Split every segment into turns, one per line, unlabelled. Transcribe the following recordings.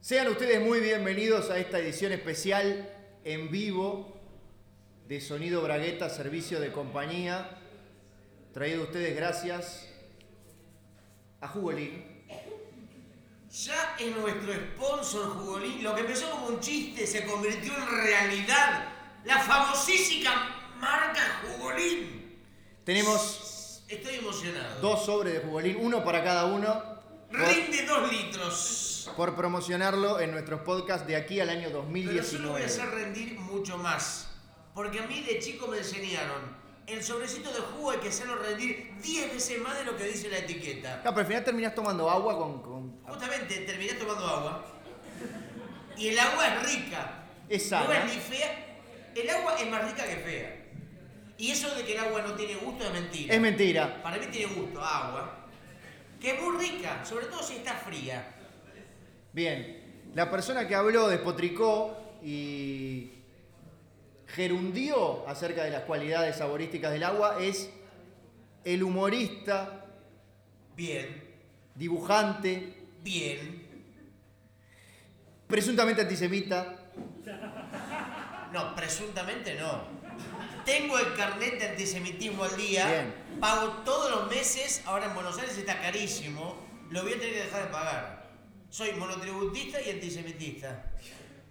Sean ustedes muy bienvenidos a esta edición especial en vivo de Sonido Bragueta, servicio de compañía. Traído a ustedes gracias a Jugolín.
Ya es nuestro sponsor Jugolín. Lo que empezó como un chiste se convirtió en realidad. La famosísima marca Jugolín.
Tenemos
Estoy emocionado.
dos sobres de Jugolín, uno para cada uno, por,
Rinde dos litros.
por promocionarlo en nuestros podcasts de aquí al año
Pero yo lo voy a
2019.
hacer rendir mucho más. Porque a mí de chico me enseñaron. El sobrecito de jugo hay que hacerlo rendir 10 veces más de lo que dice la etiqueta.
Ah, pero al final terminás tomando agua con... con-
Justamente terminé tomando agua. Y el agua es rica.
Es
No
sana.
es ni fea. El agua es más rica que fea. Y eso de que el agua no tiene gusto es mentira.
Es mentira.
Para mí tiene gusto, agua. Que es muy rica, sobre todo si está fría.
Bien, la persona que habló despotricó y gerundió acerca de las cualidades saborísticas del agua es el humorista,
Bien,
dibujante,
bien.
presuntamente antisemita,
No, presuntamente no. Tengo el carnet de antisemitismo al día.
Bien.
Pago todos los meses. Ahora en Buenos Aires está carísimo. Lo voy a tener que dejar de pagar. Soy monotributista y antisemitista.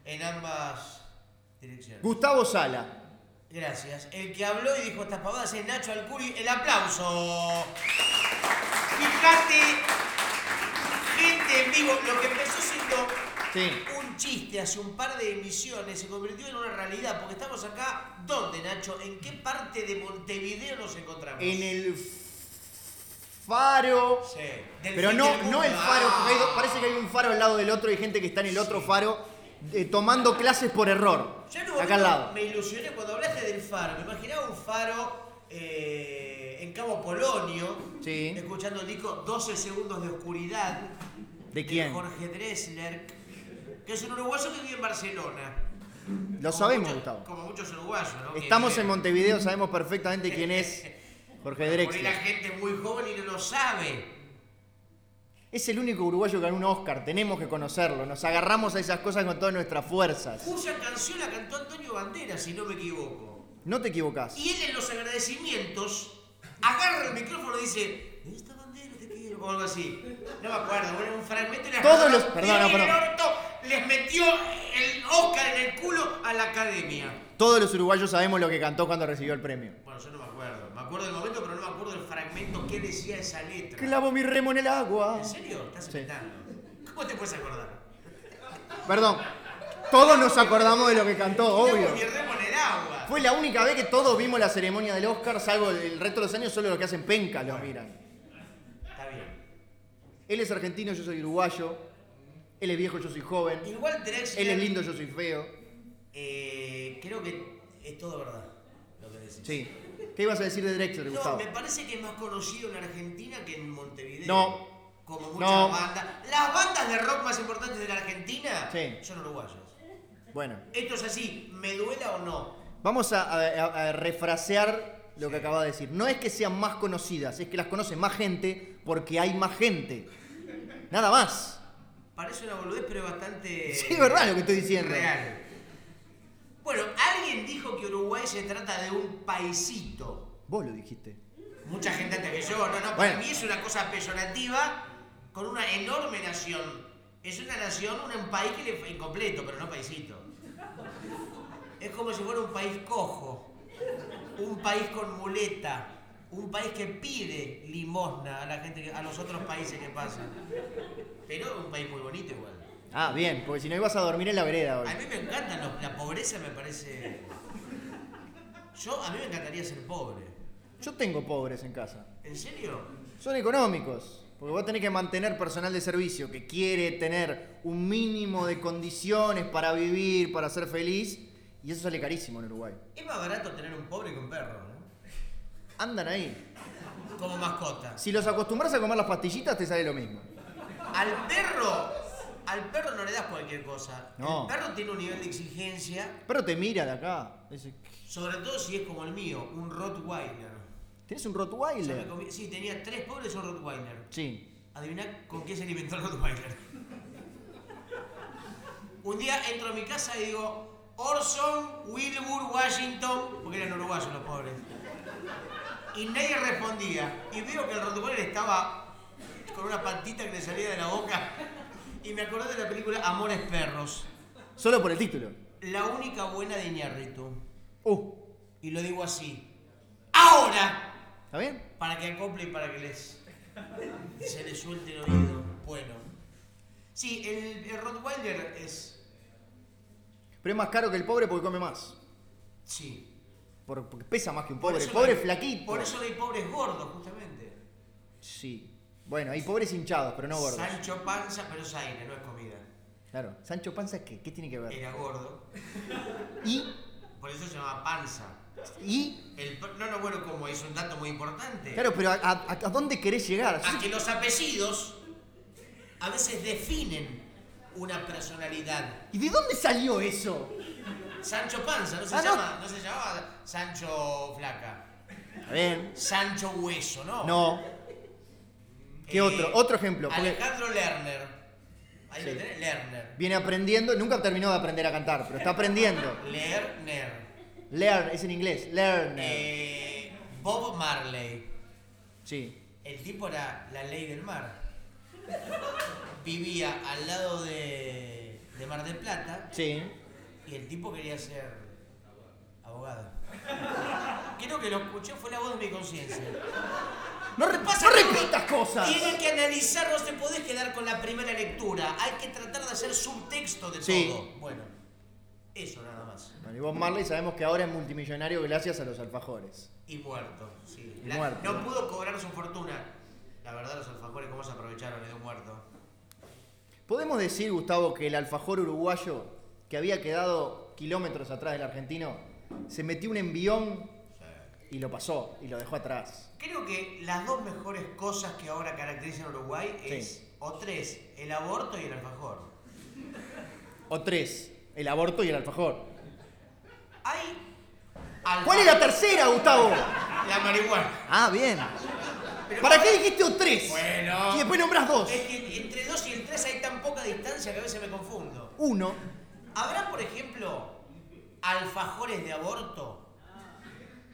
En ambas direcciones.
Gustavo Sala.
Gracias. El que habló y dijo estas pavadas es Nacho Alcuri. El aplauso. Fíjate, gente en vivo, lo que empezó siendo
Sí,
un chiste hace un par de emisiones se convirtió en una realidad porque estamos acá. ¿Dónde, Nacho? ¿En qué parte de Montevideo nos encontramos?
en el faro.
Sí. Del
Pero
fin
no,
del
no el
mundo.
faro, porque hay
Ah.
do- parece que hay un faro al lado del otro y gente que está en el otro faro eh, tomando clases por error.
Yo en un
Acá al
momento
lado.
Me ilusioné cuando hablaste del faro. Me imaginaba un faro eh, en Cabo Polonio,
Sí.
escuchando el disco 12 segundos de oscuridad.
¿De quién?
Jorge Dressler, que es un uruguayo que vive en Barcelona.
Lo
Como
sabemos,
muchos-
Gustavo.
Como muchos uruguayos, ¿no? Que
Estamos en
viven-
Montevideo, sabemos perfectamente quién es Jorge
Por ahí la
Drexler.
gente es muy joven y no lo sabe.
Es el único uruguayo que ganó un Oscar, tenemos que conocerlo. Nos agarramos a esas cosas con todas nuestras fuerzas.
Cuya canción la cantó Antonio Bandera, si no me equivoco.
No te equivocás.
Y él en los agradecimientos agarra el micrófono y dice, esta bandera te quiero, o algo así. No me acuerdo, bueno, un fragmento y las
Todos
ratas
los- perdón, no,
tienen el
perdón.
orto, les metió el Oscar en el culo a la academia.
Todos los uruguayos sabemos lo que cantó cuando recibió el premio.
Bueno, yo no me acuerdo. Me acuerdo del momento, pero no me acuerdo del fragmento que decía esa letra.
Clavo mi remo en el agua.
¿En serio? ¿Estás
Sí.
inventando? ¿Cómo te puedes acordar?
Perdón. Todos nos acordamos de lo que cantó, obvio.
Clavo Mi remo en el agua.
Fue la única vez que todos vimos la ceremonia del Oscar, salvo el resto de los años, solo los que hacen penca los miran.
Está bien.
Él es argentino, yo soy uruguayo. Él es viejo, yo soy joven.
Igual Drexler...
Él es lindo, yo soy feo.
Eh, creo que es todo verdad lo que decís.
Sí. ¿Qué ibas a decir de Drexler,
No,
Gustavo?
me parece que es más conocido en Argentina que en Montevideo.
No.
Como muchas
No.
bandas. Las bandas de rock más importantes de la Argentina
Sí.
son uruguayas.
Bueno,
Esto es así, me duela o no.
vamos a, a- a- a refrasear lo que acaba de decir. No es que sean más conocidas, es que las conoce más gente porque hay más gente. Nada más.
Parece una boludez, pero es bastante.
Sí, es verdad lo que estoy diciendo.
Real. Bueno, alguien dijo que Uruguay se trata de un paisito.
Vos lo dijiste.
Mucha gente antes que yo, no, no, para
Bueno.
mí es una cosa peyorativa con una enorme nación. Es una nación, un país que le fue incompleto, pero no paisito. Es como si fuera un país cojo, un país con muleta, un país que pide limosna a la gente, que- a los otros países que pasan. Pero un país muy bonito igual.
Ah, bien, porque si no ibas a dormir en la vereda hoy.
A mí me encanta, los- la pobreza me parece. Yo, a mí me encantaría ser pobre.
Yo tengo pobres en casa.
¿En serio?
Son económicos. Porque vos tenés que mantener personal de servicio que quiere tener un mínimo de condiciones para vivir, para ser feliz. Y eso sale carísimo en Uruguay.
Es más barato tener un pobre que un perro, ¿no?
Andan ahí.
Como mascota.
Si los acostumbras a comer las pastillitas, te sale lo mismo.
Al perro, al perro no le das cualquier cosa.
No.
El perro tiene un nivel de exigencia,
Pero te mira de acá. Dice, "¿Qué?
sobre todo si es como el mío, un Rottweiler.
¿Tenés un
O sea, me
Rottweiler?
comí- sí, tenía tres pobres y un Rottweiler.
Sí.
Adivina con qué se alimentó el Rottweiler. Un día entro a mi casa y digo, Orson Wilbur Washington, porque eran uruguayos los pobres. Y nadie respondía. Y veo que el rondobóler estaba con una patita que le salía de la boca. Y me acordé de la película Amores Perros.
Solo por el título.
La única buena de Iñárritu.
Uh,
Y lo digo así. ¡Ahora!
¿está bien?
Para que acople y para que les... Se les suelte el oído. Bueno. Sí, el, el Rottweiler es...
Pero es más caro que el pobre porque come más.
Sí.
Por- Porque pesa más que un
Por
pobre.
eso no
pobre
hay-
flaquito.
Por eso no hay pobres gordos, justamente.
Sí. Bueno, hay pobres hinchados, pero no gordos.
Sancho Panza, pero es aire, no es comida.
Claro. Sancho Panza, ¿qué, qué tiene que ver?
Era gordo.
Y,
Por eso se llamaba Panza.
y,
El pa- no, no, bueno, como es un dato muy importante.
claro, pero ¿a, a- a dónde querés llegar?
A que los apellidos a veces definen una personalidad.
¿Y de dónde salió eso?
Sancho Panza, no se,
Ah, no.
llama, no. se llamaba Sancho Flaca.
Está bien.
Sancho Hueso, ¿no? Eh,
No. ¿Qué otro? Otro ejemplo, porque-
Alejandro Lerner. Ahí
Sí.
lo tenés, Lerner.
Viene aprendiendo, nunca terminó de aprender a cantar, pero está aprendiendo.
Lerner.
Learn, es en inglés, learner.
Eh, Bob Marley.
Sí.
El tipo era la ley del mar. Vivía al lado de, de Mar del Plata
Sí.
y el tipo quería ser abogado. Creo que lo escuché, fue la voz de mi conciencia.
No, re-
Pasa
no
que
repitas cosas.
Tienen que analizar, no te podés quedar con la primera lectura. Hay que tratar de hacer subtexto de
Sí.
todo. Bueno, eso nada más.
Bueno, y Bob Marley sabemos que ahora es multimillonario gracias a los alfajores.
Y muerto, sí.
Y
La-
muerto.
No pudo cobrar su fortuna. La verdad, los alfajores, ¿cómo se aprovecharon? Le dio muerto.
¿Podemos decir, Gustavo, que el alfajor uruguayo, que había quedado kilómetros atrás del argentino, se metió un envión y lo pasó y lo dejó atrás?
Creo que las dos mejores cosas que ahora caracterizan a Uruguay es,
Sí.
o tres, el aborto y el alfajor.
O tres, el aborto y el alfajor.
Hay alfa-
¿Cuál es la tercera, Gustavo?
La marihuana.
Ah, bien.
Pero
¿Para qué dijiste o tres?
Bueno.
Y después nombras dos.
Es que entre dos y el tres hay tan poca distancia que a veces me confundo.
Uno.
¿Habrá, por ejemplo, alfajores de aborto?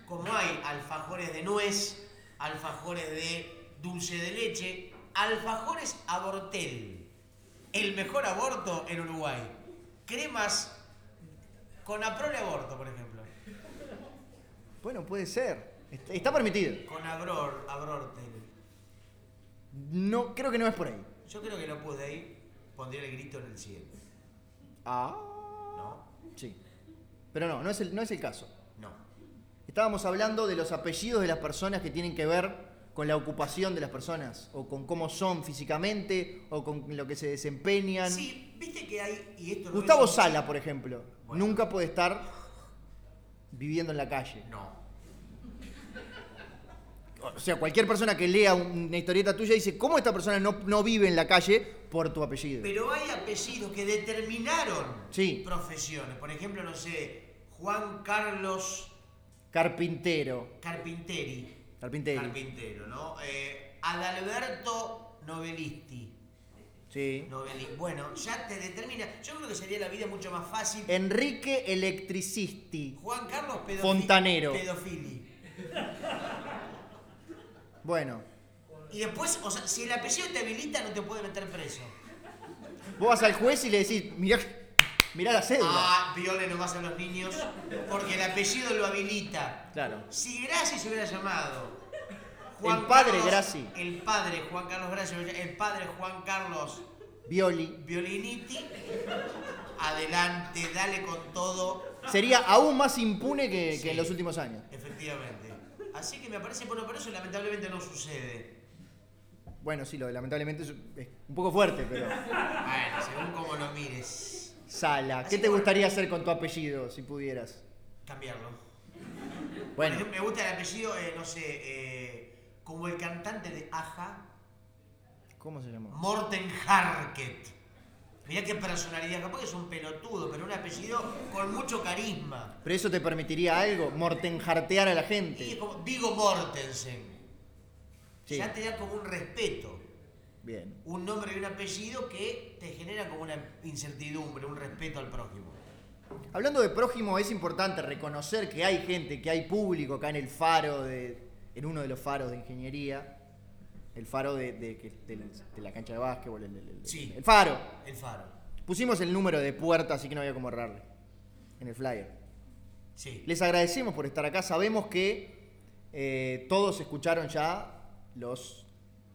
Como hay alfajores de nuez, alfajores de dulce de leche, alfajores abortel. El mejor aborto en Uruguay. Cremas con aprole aborto, por ejemplo.
Bueno, puede ser. Est- Está permitido.
Con abror, abrortel.
No, creo que no es por ahí.
Yo creo que no pude ahí, pondría el grito en el cielo.
Ah.
¿No?
Sí. Pero no, no es el, no es el caso.
No.
Estábamos hablando de los apellidos de las personas que tienen que ver con la ocupación de las personas, o con cómo son físicamente, o con lo que se desempeñan.
Sí, viste que hay, y esto no
Gustavo
es un-
Sala, por ejemplo,
Bueno.
nunca puede estar viviendo en la calle.
No.
O sea, cualquier persona que lea una historieta tuya dice, ¿cómo esta persona no, no vive en la calle por tu apellido?
Pero hay apellidos que determinaron
Sí.
profesiones. Por ejemplo, no sé, Juan Carlos
Carpintero.
Carpinteri.
Carpintero.
Carpintero, ¿no? Eh, Adalberto Novelisti.
sí.
Noveli- Bueno, ya te determina. Yo creo que sería la vida mucho más fácil.
Eh, Enrique Electricisti.
Juan Carlos Pedofili.
Fontanero.
Pedofili.
Bueno,
Y después, o sea, si el apellido te habilita, no te puede meter preso.
vos vas al juez y le decís, mirá, mirá la cédula.
Ah, viole nomás a los niños, porque el apellido lo habilita.
Claro.
Si Graci se hubiera llamado.
El padre Graci.
El padre Juan Carlos Graci, el padre Juan Carlos
Violi.
Violiniti. Adelante, dale con todo,
Sería aún más impune que, que
Sí.
en los últimos años.
efectivamente. Así que me parece, bueno, pero eso lamentablemente no sucede.
Bueno, sí, lo de lamentablemente es es un poco fuerte, pero...
Bueno, según como lo mires,
Sala, ¿qué
Así
te
que-
gustaría hacer con tu apellido si pudieras?
cambiarlo.
Bueno,
Me gusta el apellido, eh, no sé, eh, como el cantante de Aja,
¿cómo se llamó?
Morten Harket. Mirá qué personalidad, capaz que es un pelotudo, pero un apellido con mucho carisma.
¿Pero eso te permitiría algo? Mortenjartear a la
Y es
gente.
como Vigo Mortensen.
Sí.
Ya te da como un respeto.
Bien.
un nombre y un apellido que te genera como una incertidumbre, un respeto al prójimo.
Hablando de prójimo, es importante reconocer que hay gente, que hay público acá en el faro, de, en uno de los faros de ingeniería, el faro de, de- que- del- de la cancha de básquetbol, el, el- el-
Sí.
el faro.
El faro.
Pusimos el número de puerta, así que no había como errarle, en el flyer.
Sí.
Les agradecemos por estar acá. Sabemos que eh, todos escucharon ya los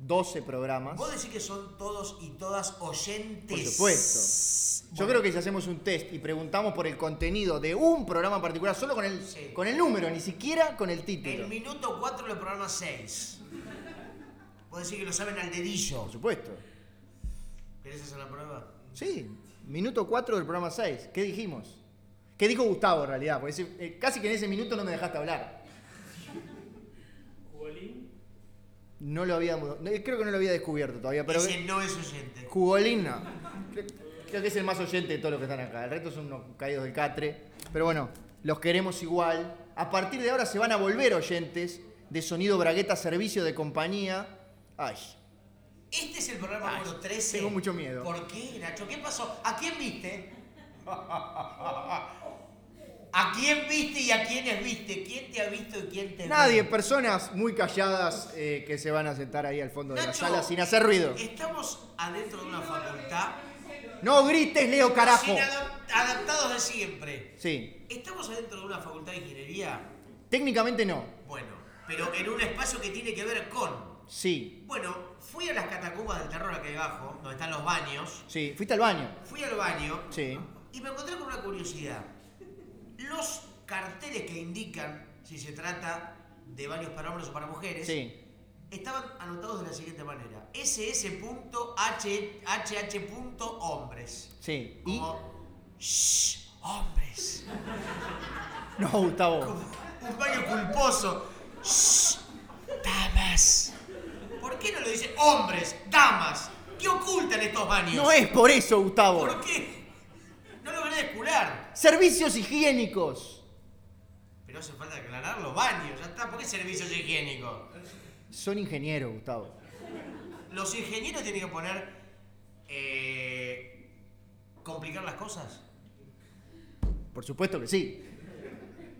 12 programas.
Vos decís que son todos y todas oyentes.
Por supuesto. Yo creo que si hacemos un test y preguntamos por el contenido de un programa en particular, solo con el,
Sí.
con el número, ni siquiera con el título.
El minuto 4 del programa 6. Vos decís que lo saben al dedillo.
Por supuesto.
¿Querés hacer la prueba?
Sí, minuto 4 del programa 6. ¿Qué dijimos? ¿Qué dijo Gustavo en realidad? Porque ese- eh, casi que en ese minuto no me dejaste hablar.
Jugolín,
No lo habíamos. no, eh, creo que no lo había descubierto todavía, pero.
Ese no es oyente.
Jugolín no. Creo, creo que es el más oyente de todos los que están acá. El resto son unos caídos del catre. Pero bueno, los queremos igual. A partir de ahora se van a volver oyentes de Sonido Bragueta Servicio de Compañía. Ay,
Este es el programa número 13.
tengo mucho miedo.
¿Por qué, Nacho? ¿Qué pasó? ¿A quién viste? ¿A quién viste y a quiénes viste? ¿Quién te ha visto y quién te
nadie,
vio?
personas muy calladas eh, que se van a sentar ahí al fondo de la
Nacho, eh,
sala sin hacer ruido.
Estamos adentro de una facultad.
No grites, Leo, carajo.
sin adap- adaptados de siempre.
Sí,
Estamos adentro de una facultad de ingeniería.
técnicamente no.
Bueno, pero en un espacio que tiene que ver con.
Sí,
Bueno, fui a las catacumbas del terror aquí abajo, donde están los baños.
sí. Fuiste al baño.
Fui al baño
Sí.
y me encontré con una curiosidad. Los carteles que indican si se trata de baños para hombres o para mujeres
Sí.
estaban anotados de la siguiente manera: ss.hh.hombres.
Sí. ¿Y?
Como, shh, hombres.
No, Gustavo.
Como un baño culposo. Shh, damas. ¿Por qué no lo dice hombres, damas? ¿Qué ocultan estos baños?
No es por eso, Gustavo.
¿Por qué? No lo van a descular.
Servicios higiénicos.
Pero hace falta aclarar los baños, ya está. ¿Por qué servicios higiénicos?
Son ingenieros, Gustavo.
Los ingenieros tienen que poner. eh, complicar las cosas.
Por supuesto que sí.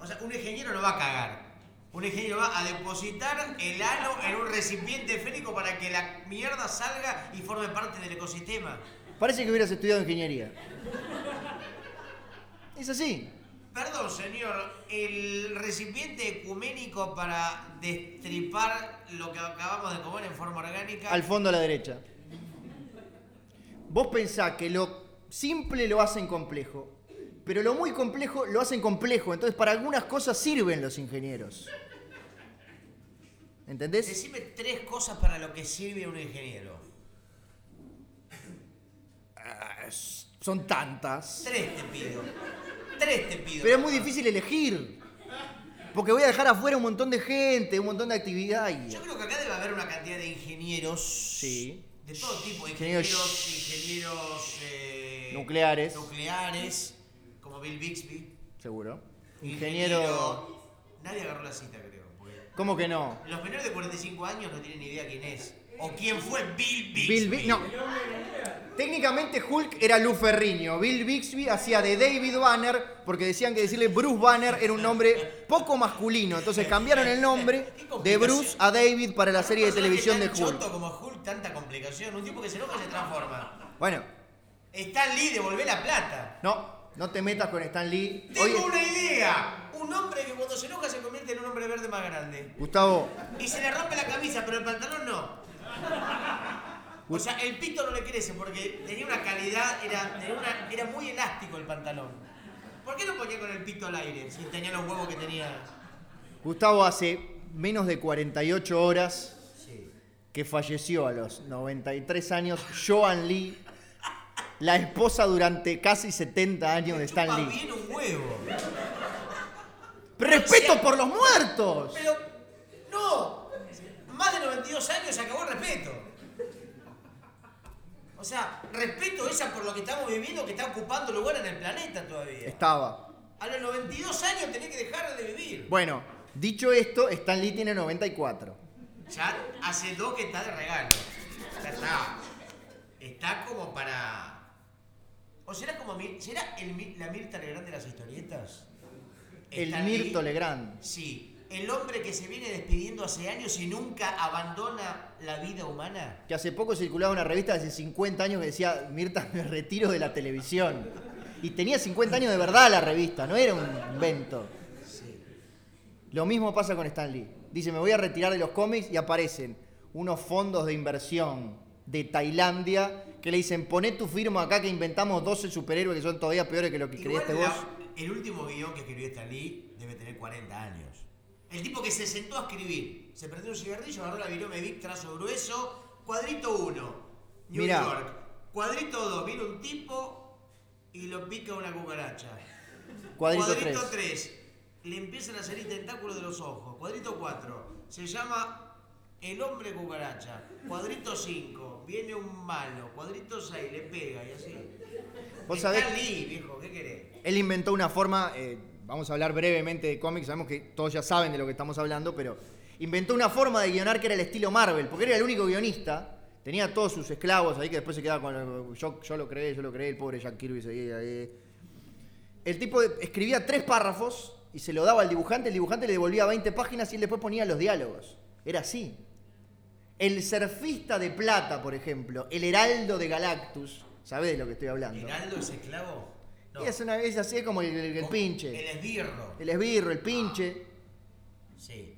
O sea, un ingeniero no va a cagar. Un ingeniero va a depositar el halo en un recipiente férico para que la mierda salga y forme parte del ecosistema.
Parece que hubieras estudiado ingeniería. Es así.
Perdón, señor, el recipiente ecuménico para destripar lo que acabamos de comer en forma orgánica.
Al fondo a la derecha. Vos pensás que lo simple lo hacen complejo, pero lo muy complejo lo hacen complejo. Entonces, para algunas cosas sirven los ingenieros. ¿Entendés?
Decime tres cosas para lo que sirve un ingeniero.
Son tantas.
Tres te pido. Tres te pido.
Pero es muy difícil elegir. Porque voy a dejar afuera un montón de gente, un montón de actividad. y-
Yo creo que acá debe haber una cantidad de ingenieros.
Sí.
De todo tipo.
Ingenieros-
Ingenieros. Ingenieros. eh,
Nucleares.
Nucleares. Como Bill Bixby.
Seguro. ingeniero...
Ingeniero- Nadie agarró la cita, creo. porque
¿Cómo que no?
Los menores de 45 años no tienen ni idea quién es. O quién fue Bill Bixby.
Bill Bi- no. Técnicamente Hulk era Lou Ferrigno. Bill Bixby hacía de David Banner porque decían que decirle Bruce Banner era un nombre poco masculino. Entonces cambiaron el nombre de Bruce a David para la serie de televisión de
tan
Hulk.
choto como Hulk, tanta complicación. Un tipo que se enoja se transforma.
Bueno,
Stan Lee, devolvé la plata.
no, no te metas con Stan Lee.
Tengo
Oye,
una idea. Un hombre que cuando se enoja se convierte en un hombre verde más grande.
Gustavo,
Y se le rompe la camisa, pero el pantalón no. O sea, el pito no le crece porque tenía una calidad, era, tenía una- era muy elástico el pantalón. ¿Por qué no ponía con el pito al aire si tenía los huevos que tenía?
Gustavo hace menos de 48 horas
Sí.
que falleció a los 93 años Joan Lee, la esposa durante casi 70 años de Stan
Chupa
Lee.
bien un huevo.
¡Respeto por los muertos!
Pero, no. Más de 92 años se acabó el respeto. O sea, respeto esa por lo que estamos viviendo, que está ocupando lugar en el planeta todavía.
Estaba.
A los 92 años tenés que dejar de vivir.
Bueno, dicho esto, Stan Lee tiene 94.
Ya hace dos que está de regalo. Ya está. Está como para. ¿O será como Mir- será el, Mir- la Mirta Legrand de las historietas?
El
Está ahí.
Mirto Legrand.
Sí. El hombre que se viene despidiendo hace años y nunca abandona la vida humana.
Que hace poco circulaba una revista de hace 50 años que decía, Mirta, me retiro de la televisión. Y tenía 50 años de verdad la revista, no era un invento.
Sí.
Lo mismo pasa con Stan Lee. Dice, me voy a retirar de los cómics y aparecen unos fondos de inversión de Tailandia que le dicen, poné tu firma acá que inventamos 12 superhéroes que son todavía peores que lo que
Igual
creíste
la-
vos.
el último guión que escribió Stan Lee debe tener 40 años. El tipo que se sentó a escribir, se prendió un cigarrillo, agarró la virome Vic, trazo grueso, cuadrito 1, New
Mirá.
York. Cuadrito 2, viene un tipo y lo pica una cucaracha.
Cuadrito 3.
3, le empiezan a salir tentáculos de los ojos. Cuadrito 4, se llama El hombre cucaracha. Cuadrito 5, viene un malo. Cuadrito 6, le pega y así.
Vos
Stan
sabés,
Lee, viejo, ¿qué querés?
él inventó una forma, eh, vamos a hablar brevemente de cómics, sabemos que todos ya saben de lo que estamos hablando, pero inventó una forma de guionar que era el estilo Marvel, porque él era el único guionista. Tenía todos sus esclavos ahí que después se quedaba con... Yo, yo lo creé, yo lo creé, el pobre Jack Kirby seguía ahí. El tipo de- escribía tres párrafos y se lo daba al dibujante, el dibujante le devolvía 20 páginas y él después ponía los diálogos. Era así. El surfista de plata, por ejemplo, el heraldo de Galactus, ¿sabés de lo que estoy hablando?
¿Heraldo es esclavo? No.
Y es una vez así es como el, el- el
Vos- El
pinche,
esbirro.
el esbirro, el pinche.
Sí.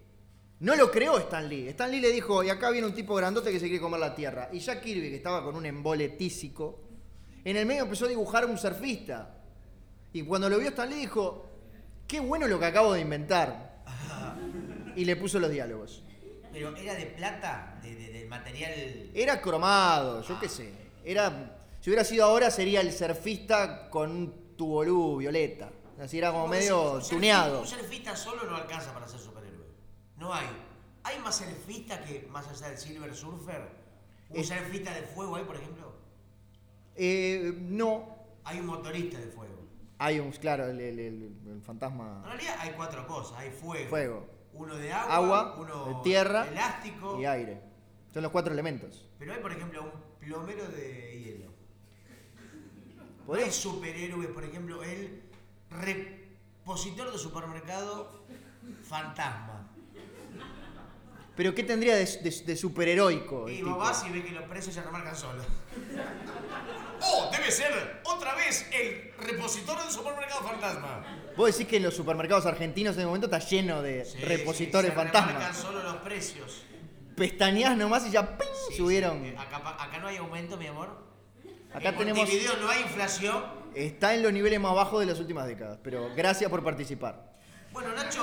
No lo creó Stan Lee. Stan Lee le dijo, y acá viene un tipo grandote que se quiere comer la tierra. Y Jack Kirby, que estaba con un embole tísico, en el medio empezó a dibujar un surfista. Y cuando lo vio Stan Lee dijo, qué bueno lo que acabo de inventar. Y le puso los diálogos.
Pero era de plata, de, de- del material.
Era cromado, yo qué sé. Era, si hubiera sido ahora sería el surfista con un tubolú violeta. Así era como
¿Cómo decís?
medio
Un surfi-
tuneado.
Un surfista solo no alcanza para ser superhéroe. No hay. ¿Hay más surfistas que más allá del Silver Surfer? ¿Un
Es-
surfista de fuego hay, por ejemplo?
Eh, no,
Hay un motorista de fuego.
Hay un, claro, el, el- el- el
En
fantasma
realidad hay cuatro cosas: hay fuego.
Fuego.
Uno de agua,
Agua,
uno
de tierra
elástico.
y aire. Son los cuatro elementos.
Pero hay, por ejemplo, un plomero de hielo. No hay
Podemos-
superhéroes, por ejemplo, el repositor de supermercado fantasma.
Pero ¿qué tendría de, de- de superheroico? el
Y vos
tipo?
vas y ves que los precios ya remarcan solos. ¡Oh! Debe ser otra vez el repositor del supermercado fantasma.
Vos decís que en los supermercados argentinos en el momento está lleno de
Sí,
repositores
sí, se Remarcan
fantasmas.
solo los precios.
Pestañás nomás y ya ¡ping!
Sí,
subieron.
sí. Acá, pa- acá no hay aumento, mi amor.
Acá
en
tenemos.
Montevideo no hay inflación.
Está en los niveles más bajos de las últimas décadas. Pero gracias por participar.
Bueno, Nacho,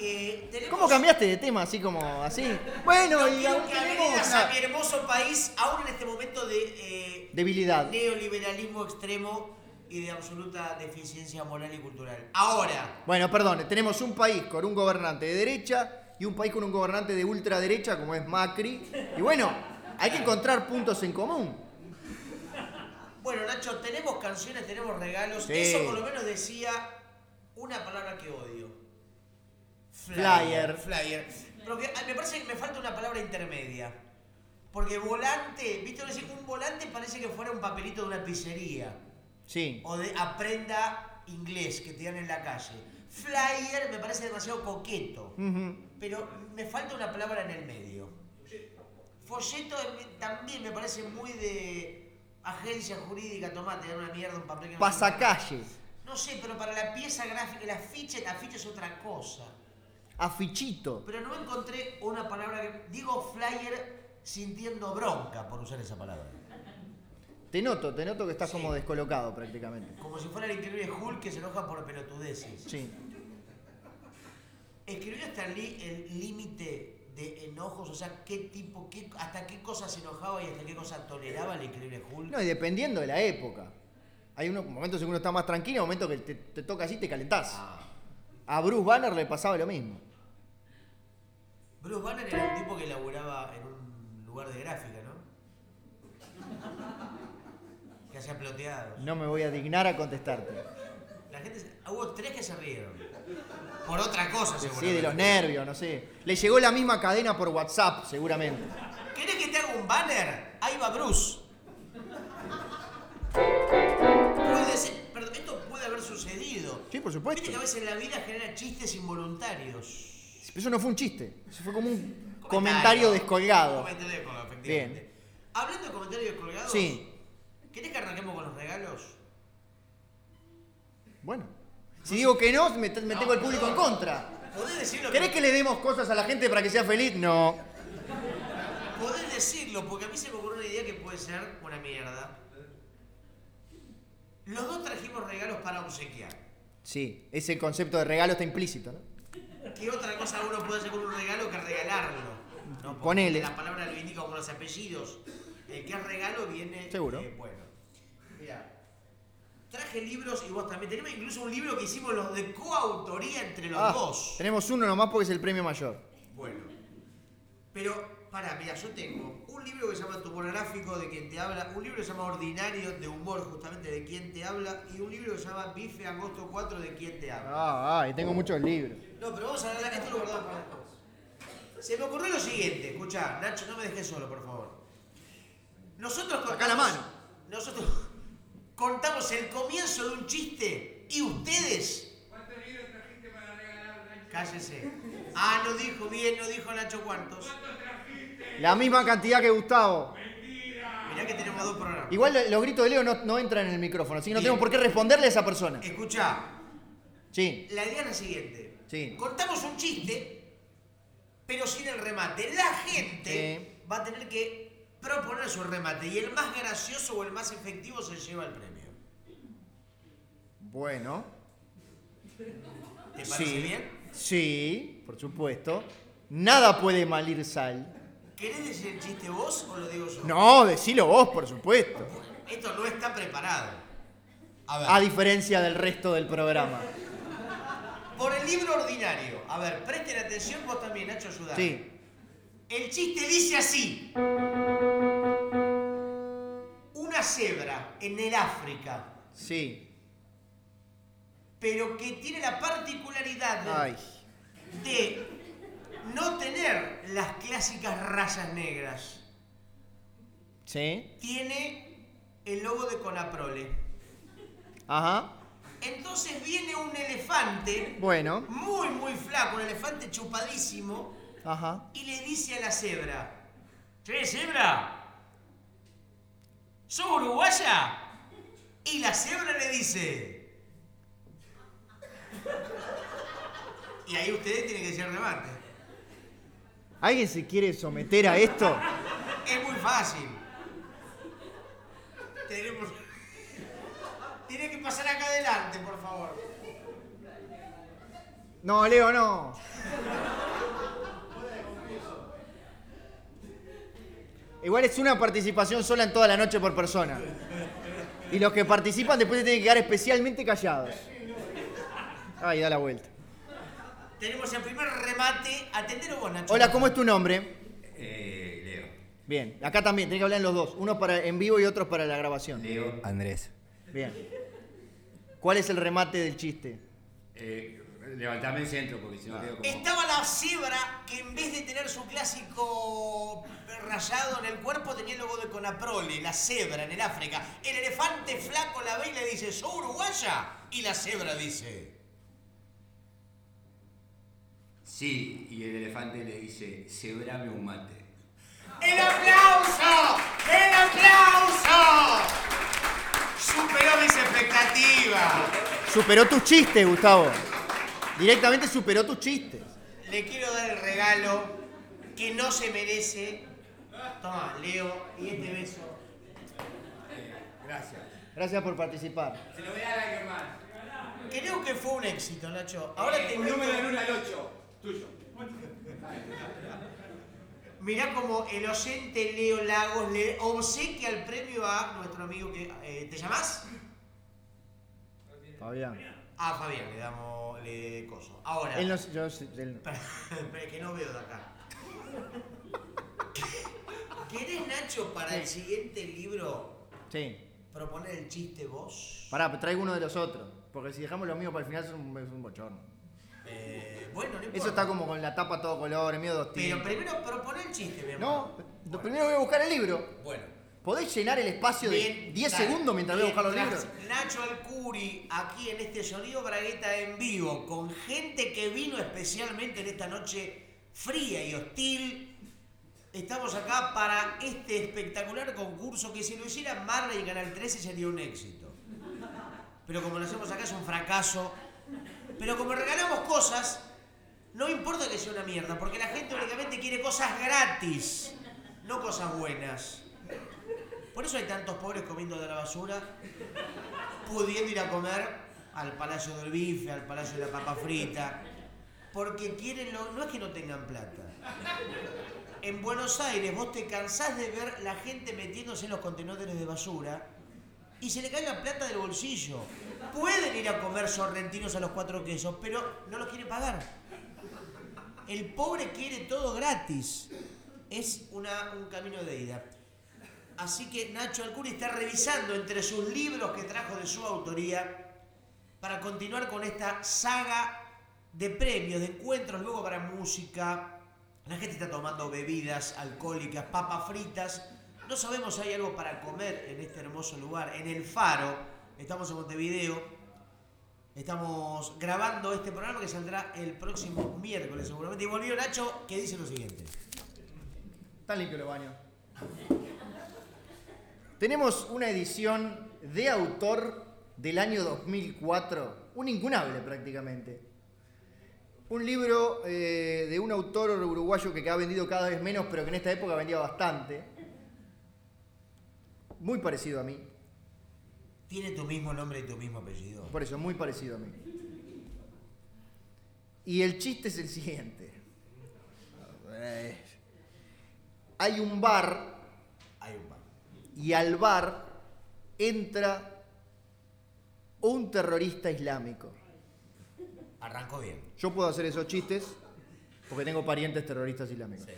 eh, tenemos...
¿Cómo cambiaste de tema así como así? Bueno,
No
y
quiero
aún
que
tenemos
agredas
una
a mi hermoso país, aún en este momento de eh,
debilidad.
neoliberalismo extremo y de absoluta deficiencia moral y cultural. Ahora,
Bueno, perdón, tenemos un país con un gobernante de derecha y un país con un gobernante de ultraderecha como es Macri. Y bueno, hay que encontrar puntos en común.
bueno Nacho, tenemos canciones, tenemos regalos.
Sí.
Eso por lo menos decía una palabra que odio.
Flyer.
Flyer. Pero que, ah, me parece que me falta una palabra intermedia. Porque volante, viste, Ahora sí, un volante parece que fuera un papelito de una pizzería.
Sí.
o de aprenda inglés que te dan en la calle. Flyer me parece demasiado coqueto,
Ujú.
pero me falta una palabra en el medio. Folleto em- también me parece muy de agencia jurídica, tomate, dar una mierda, un papel que no
Pasacalle,
No sé, pero para la pieza gráfica, el afiche, el afiche es otra cosa.
afichito.
Pero no encontré una palabra que... Digo flyer sintiendo bronca por usar esa palabra.
Te noto, te noto que estás
Sí.
como descolocado prácticamente.
Como si fuera el increíble Hulk que se enoja por pelotudeces.
Sí.
Escribió Stan Lee el límite de enojos, o sea, qué tipo, qué, hasta qué cosa se enojaba y hasta qué cosa toleraba el increíble Hulk.
No, y dependiendo de la época. Hay unos momentos en que uno está más tranquilo, momentos que te, te toca así y te calentás.
Ah.
A Bruce Banner le pasaba lo mismo.
Bruce Banner era un tipo que laburaba en un lugar de gráfica, ¿no? Que hacía ploteados.
No me voy a dignar a contestarte.
La gente, se- ah, hubo tres que se rieron. Por otra cosa,
Sí, de
seguramente.
los nervios, no sé. Le llegó la misma cadena por WhatsApp, seguramente.
¿Querés que te haga un un banner, ahí va Bruce. Puede ser, perdón, esto puede haber sucedido.
Sí, por
Viste
supuesto.
que a veces la vida genera chistes involuntarios.
Eso no fue un chiste. Eso fue como un
Comentario.
comentario descolgado.
Comentario descolgado, efectivamente. Hablando de comentarios descolgados,
Sí.
¿querés que arranquemos con los regalos?
Bueno. Si digo que no, me, me
No,
tengo el público
no.
en contra.
Podés decirlo,
¿Querés que le demos cosas a la gente para que sea feliz? No.
podés decirlo, porque a mí se me ocurrió una idea que puede ser una mierda. Los dos trajimos regalos para obsequiar.
Sí, ese concepto de regalo está implícito, ¿no?
¿Qué otra cosa uno puede hacer con un regalo que regalarlo? No, porque
Ponele.
La palabra lo indica como los apellidos. El que es regalo viene.
Seguro.
eh, bueno. Mira. Traje libros y vos también. Tenemos incluso un libro que hicimos los de coautoría entre los
Ah,
dos.
Tenemos uno nomás porque es el premio mayor.
Bueno. Pero, pará, mira, yo tengo un libro que se llama Topográfico de quien te habla, un libro que se llama Ordinario de humor, justamente de quien te habla, y un libro que se llama Bife Agosto 4 de quien te habla.
Ah, ah, y tengo muchos libros.
No, pero vamos a hablar, esto lo guardamos para después. Se me ocurrió lo siguiente, escuchá, Nacho, no me dejes solo, por favor. Nosotros contamos,
Sacá la mano.
Nosotros contamos el comienzo de un chiste y ustedes.
¿Cuántos libros trajiste para regalar, Nacho?
Cállese. Ah, no dijo bien, no dijo Nacho cuántos.
¿Cuántos trajiste?
La misma cantidad que Gustavo.
Mentira.
Mirá que tenemos dos programas.
Igual lo- los gritos de Leo no, no entran en el micrófono, así que no
Bien.
tenemos por qué responderle a esa persona.
Escuchá,
Sí,
la idea es la siguiente.
Sí.
Contamos un chiste, pero sin el remate. La gente va a tener que proponer su remate y el más gracioso o el más efectivo se lleva el premio.
bueno.
¿Te parece
Sí.
bien?
Sí, por supuesto. Nada puede mal ir sal.
¿Querés decir el chiste vos o lo digo yo?
No, decilo vos, por supuesto.
Esto no está preparado. A ver.
A diferencia del resto del programa.
Por el libro ordinario. A ver, presten atención vos también, Nacho, ayudar.
Sí.
El chiste dice así. Una cebra en el África,
Sí.
pero que tiene la particularidad
Ay.
de no tener las clásicas rayas negras.
Sí.
Tiene el logo de Conaprole.
Ajá.
Entonces viene un elefante
Bueno.
muy, muy flaco, un elefante chupadísimo,
Ajá.
y le dice a la cebra: Che, cebra, ¿sos uruguaya? Y la cebra le dice: Y ahí ustedes tienen que decir remate.
¿Alguien se quiere someter a esto?
Es muy fácil. Tenemos. Tiene que pasar acá adelante, por favor.
No, Leo, no. Igual es una participación sola en toda la noche por persona. Y los que participan después se tienen que quedar especialmente callados. Ay, da la vuelta.
Tenemos el primer remate. Atendelo vos, Nacho.
Hola, ¿cómo es tu nombre?
Eh, Leo.
Bien, acá también, tenés que hablar en los dos. Uno para en vivo y otro para la grabación.
Leo Andrés.
Bien. ¿Cuál es el remate del chiste?
Eh, levantame el centro porque si no quedo como.
Estaba la cebra que en vez de tener su clásico rayado en el cuerpo tenía el logo de Conaprole, la cebra en el África. El elefante flaco la ve y le dice, ¿soy uruguaya? Y la cebra dice,
Sí, y el elefante le dice, cebrame un mate.
¡El aplauso! ¡El aplauso! Superó mis expectativas.
Superó tus chistes, Gustavo. Directamente superó tus chistes.
Le quiero dar el regalo que no se merece. Toma, Leo, y este beso.
Gracias.
Gracias por participar.
Se lo voy a dar a alguien más.
Creo que fue un éxito, Nacho. Ahora
Eh,
Eh,
te invito-
del 1 al 8. Tuyo.
Mirá como el oyente Leo Lagos le obsequia el premio a nuestro amigo que... eh, ¿Te llamás?
Fabián.
A Fabián, le damos... le coso. Ahora...
Él no, se- yo, se- él no.
Pero es que no veo de acá. ¿Querés, Nacho, para el siguiente libro
Sí.
proponer el chiste vos?
Pará, pero traigo uno de los otros. Porque si dejamos los míos para el final es un, es un bochorno.
Eh, Bueno, no importa.
Eso está como con la tapa todo color, miedo dos
Pero
tintas.
primero propone el chiste, mi hermano.
No, lo primero voy a buscar el libro.
Bueno.
¿Podés llenar el espacio de
Bien,
10
dale.
segundos mientras voy a buscar los
Mientras
libros?
Nacho Alcuri, aquí en este Sonido Bragueta en vivo, con gente que vino especialmente en esta noche fría y hostil. Estamos acá para este espectacular concurso que si lo hiciera Marley y Canal 13 sería un éxito. Pero como lo hacemos acá es un fracaso. Pero como regalamos cosas, no importa que sea una mierda, porque la gente únicamente quiere cosas gratis, no cosas buenas. Por eso hay tantos pobres comiendo de la basura, pudiendo ir a comer al Palacio del Bife, al Palacio de la Papa Frita, porque quieren lo... no es que no tengan plata. En Buenos Aires vos te cansás de ver la gente metiéndose en los contenedores de basura y se le cae la plata del bolsillo. Pueden ir a comer sorrentinos a los cuatro quesos, pero no los quieren pagar. El pobre quiere todo gratis. Es una- un camino de ida. Así que Nacho Alcuri está revisando entre sus libros que trajo de su autoría para continuar con esta saga de premios, de encuentros, luego para música. La gente está tomando bebidas alcohólicas, papas fritas. No sabemos si hay algo para comer en este hermoso lugar, en el Faro. Estamos en Montevideo. Estamos grabando este programa que saldrá el próximo miércoles seguramente. Y volvió Nacho que dice lo siguiente.
Están limpios los baños. Tenemos una edición de autor del año 2004, un incunable prácticamente. Un libro eh, de un autor uruguayo que ha vendido cada vez menos, pero que en esta época vendía bastante. Muy parecido a mí,
Tiene tu mismo nombre y tu mismo apellido.
por eso, muy parecido a mí. Y el chiste es el siguiente. Hay un bar
Hay un par.
y al bar entra un terrorista islámico.
Arrancó bien.
Yo puedo hacer esos chistes porque tengo parientes terroristas islámicos.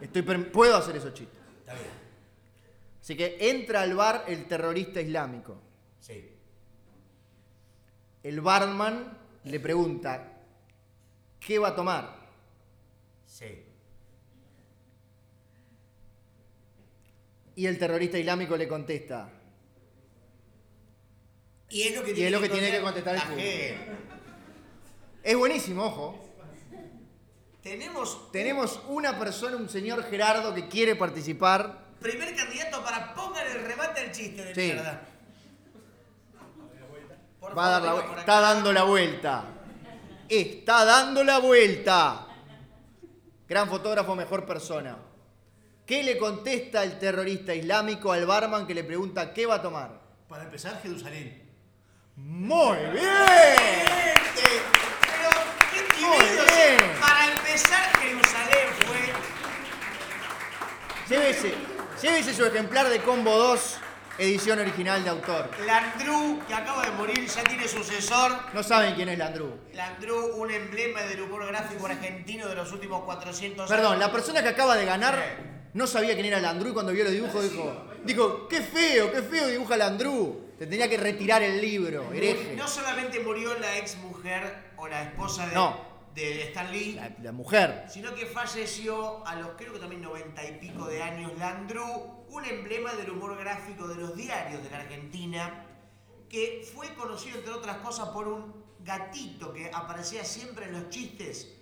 Estoy per- puedo hacer esos chistes.
Está bien.
Así que entra al bar el terrorista islámico.
Sí.
El barman le pregunta, ¿qué va a tomar?
Sí.
Y el terrorista islámico le contesta,
Y es lo que
Y es lo que tiene que contestar el
la
público.
gente.
es buenísimo, ojo.
Tenemos
Tenemos una persona, un señor Gerardo, que quiere participar.
primer candidato para pongan el remate al chiste de
Sí.
mierda. Por
Va a dar la
favor, venga
vuelta.
por
Está
acá.
dando la vuelta. Está dando la vuelta. Gran fotógrafo, mejor persona. ¿Qué le contesta el terrorista islámico al barman que le pregunta qué va a tomar?
Para empezar, Jerusalén.
Muy bien.
¡Excelente! Pero qué
Muy
timidos.
bien.
Para empezar, Jerusalén fue.
Llévese, llévese su ejemplar de Combo 2, edición original de autor.
Landru, que acaba de morir, ya tiene sucesor.
No saben quién es Landru.
Landru, un emblema del humor gráfico argentino de los últimos 400 años.
Perdón, la persona que acaba de
Eh.
ganar no sabía quién era Landru y cuando vio los dibujos dijo, dijo, qué feo, qué feo dibuja Landru. Te tenía que retirar el libro, hereje.
No solamente murió la ex mujer o la esposa de,
No.
de Stan Lee,
La, la mujer.
sino que falleció a los creo que también noventa y pico de años Landru, un emblema del humor gráfico de los diarios de la Argentina, que fue conocido entre otras cosas por un gatito que aparecía siempre en los chistes,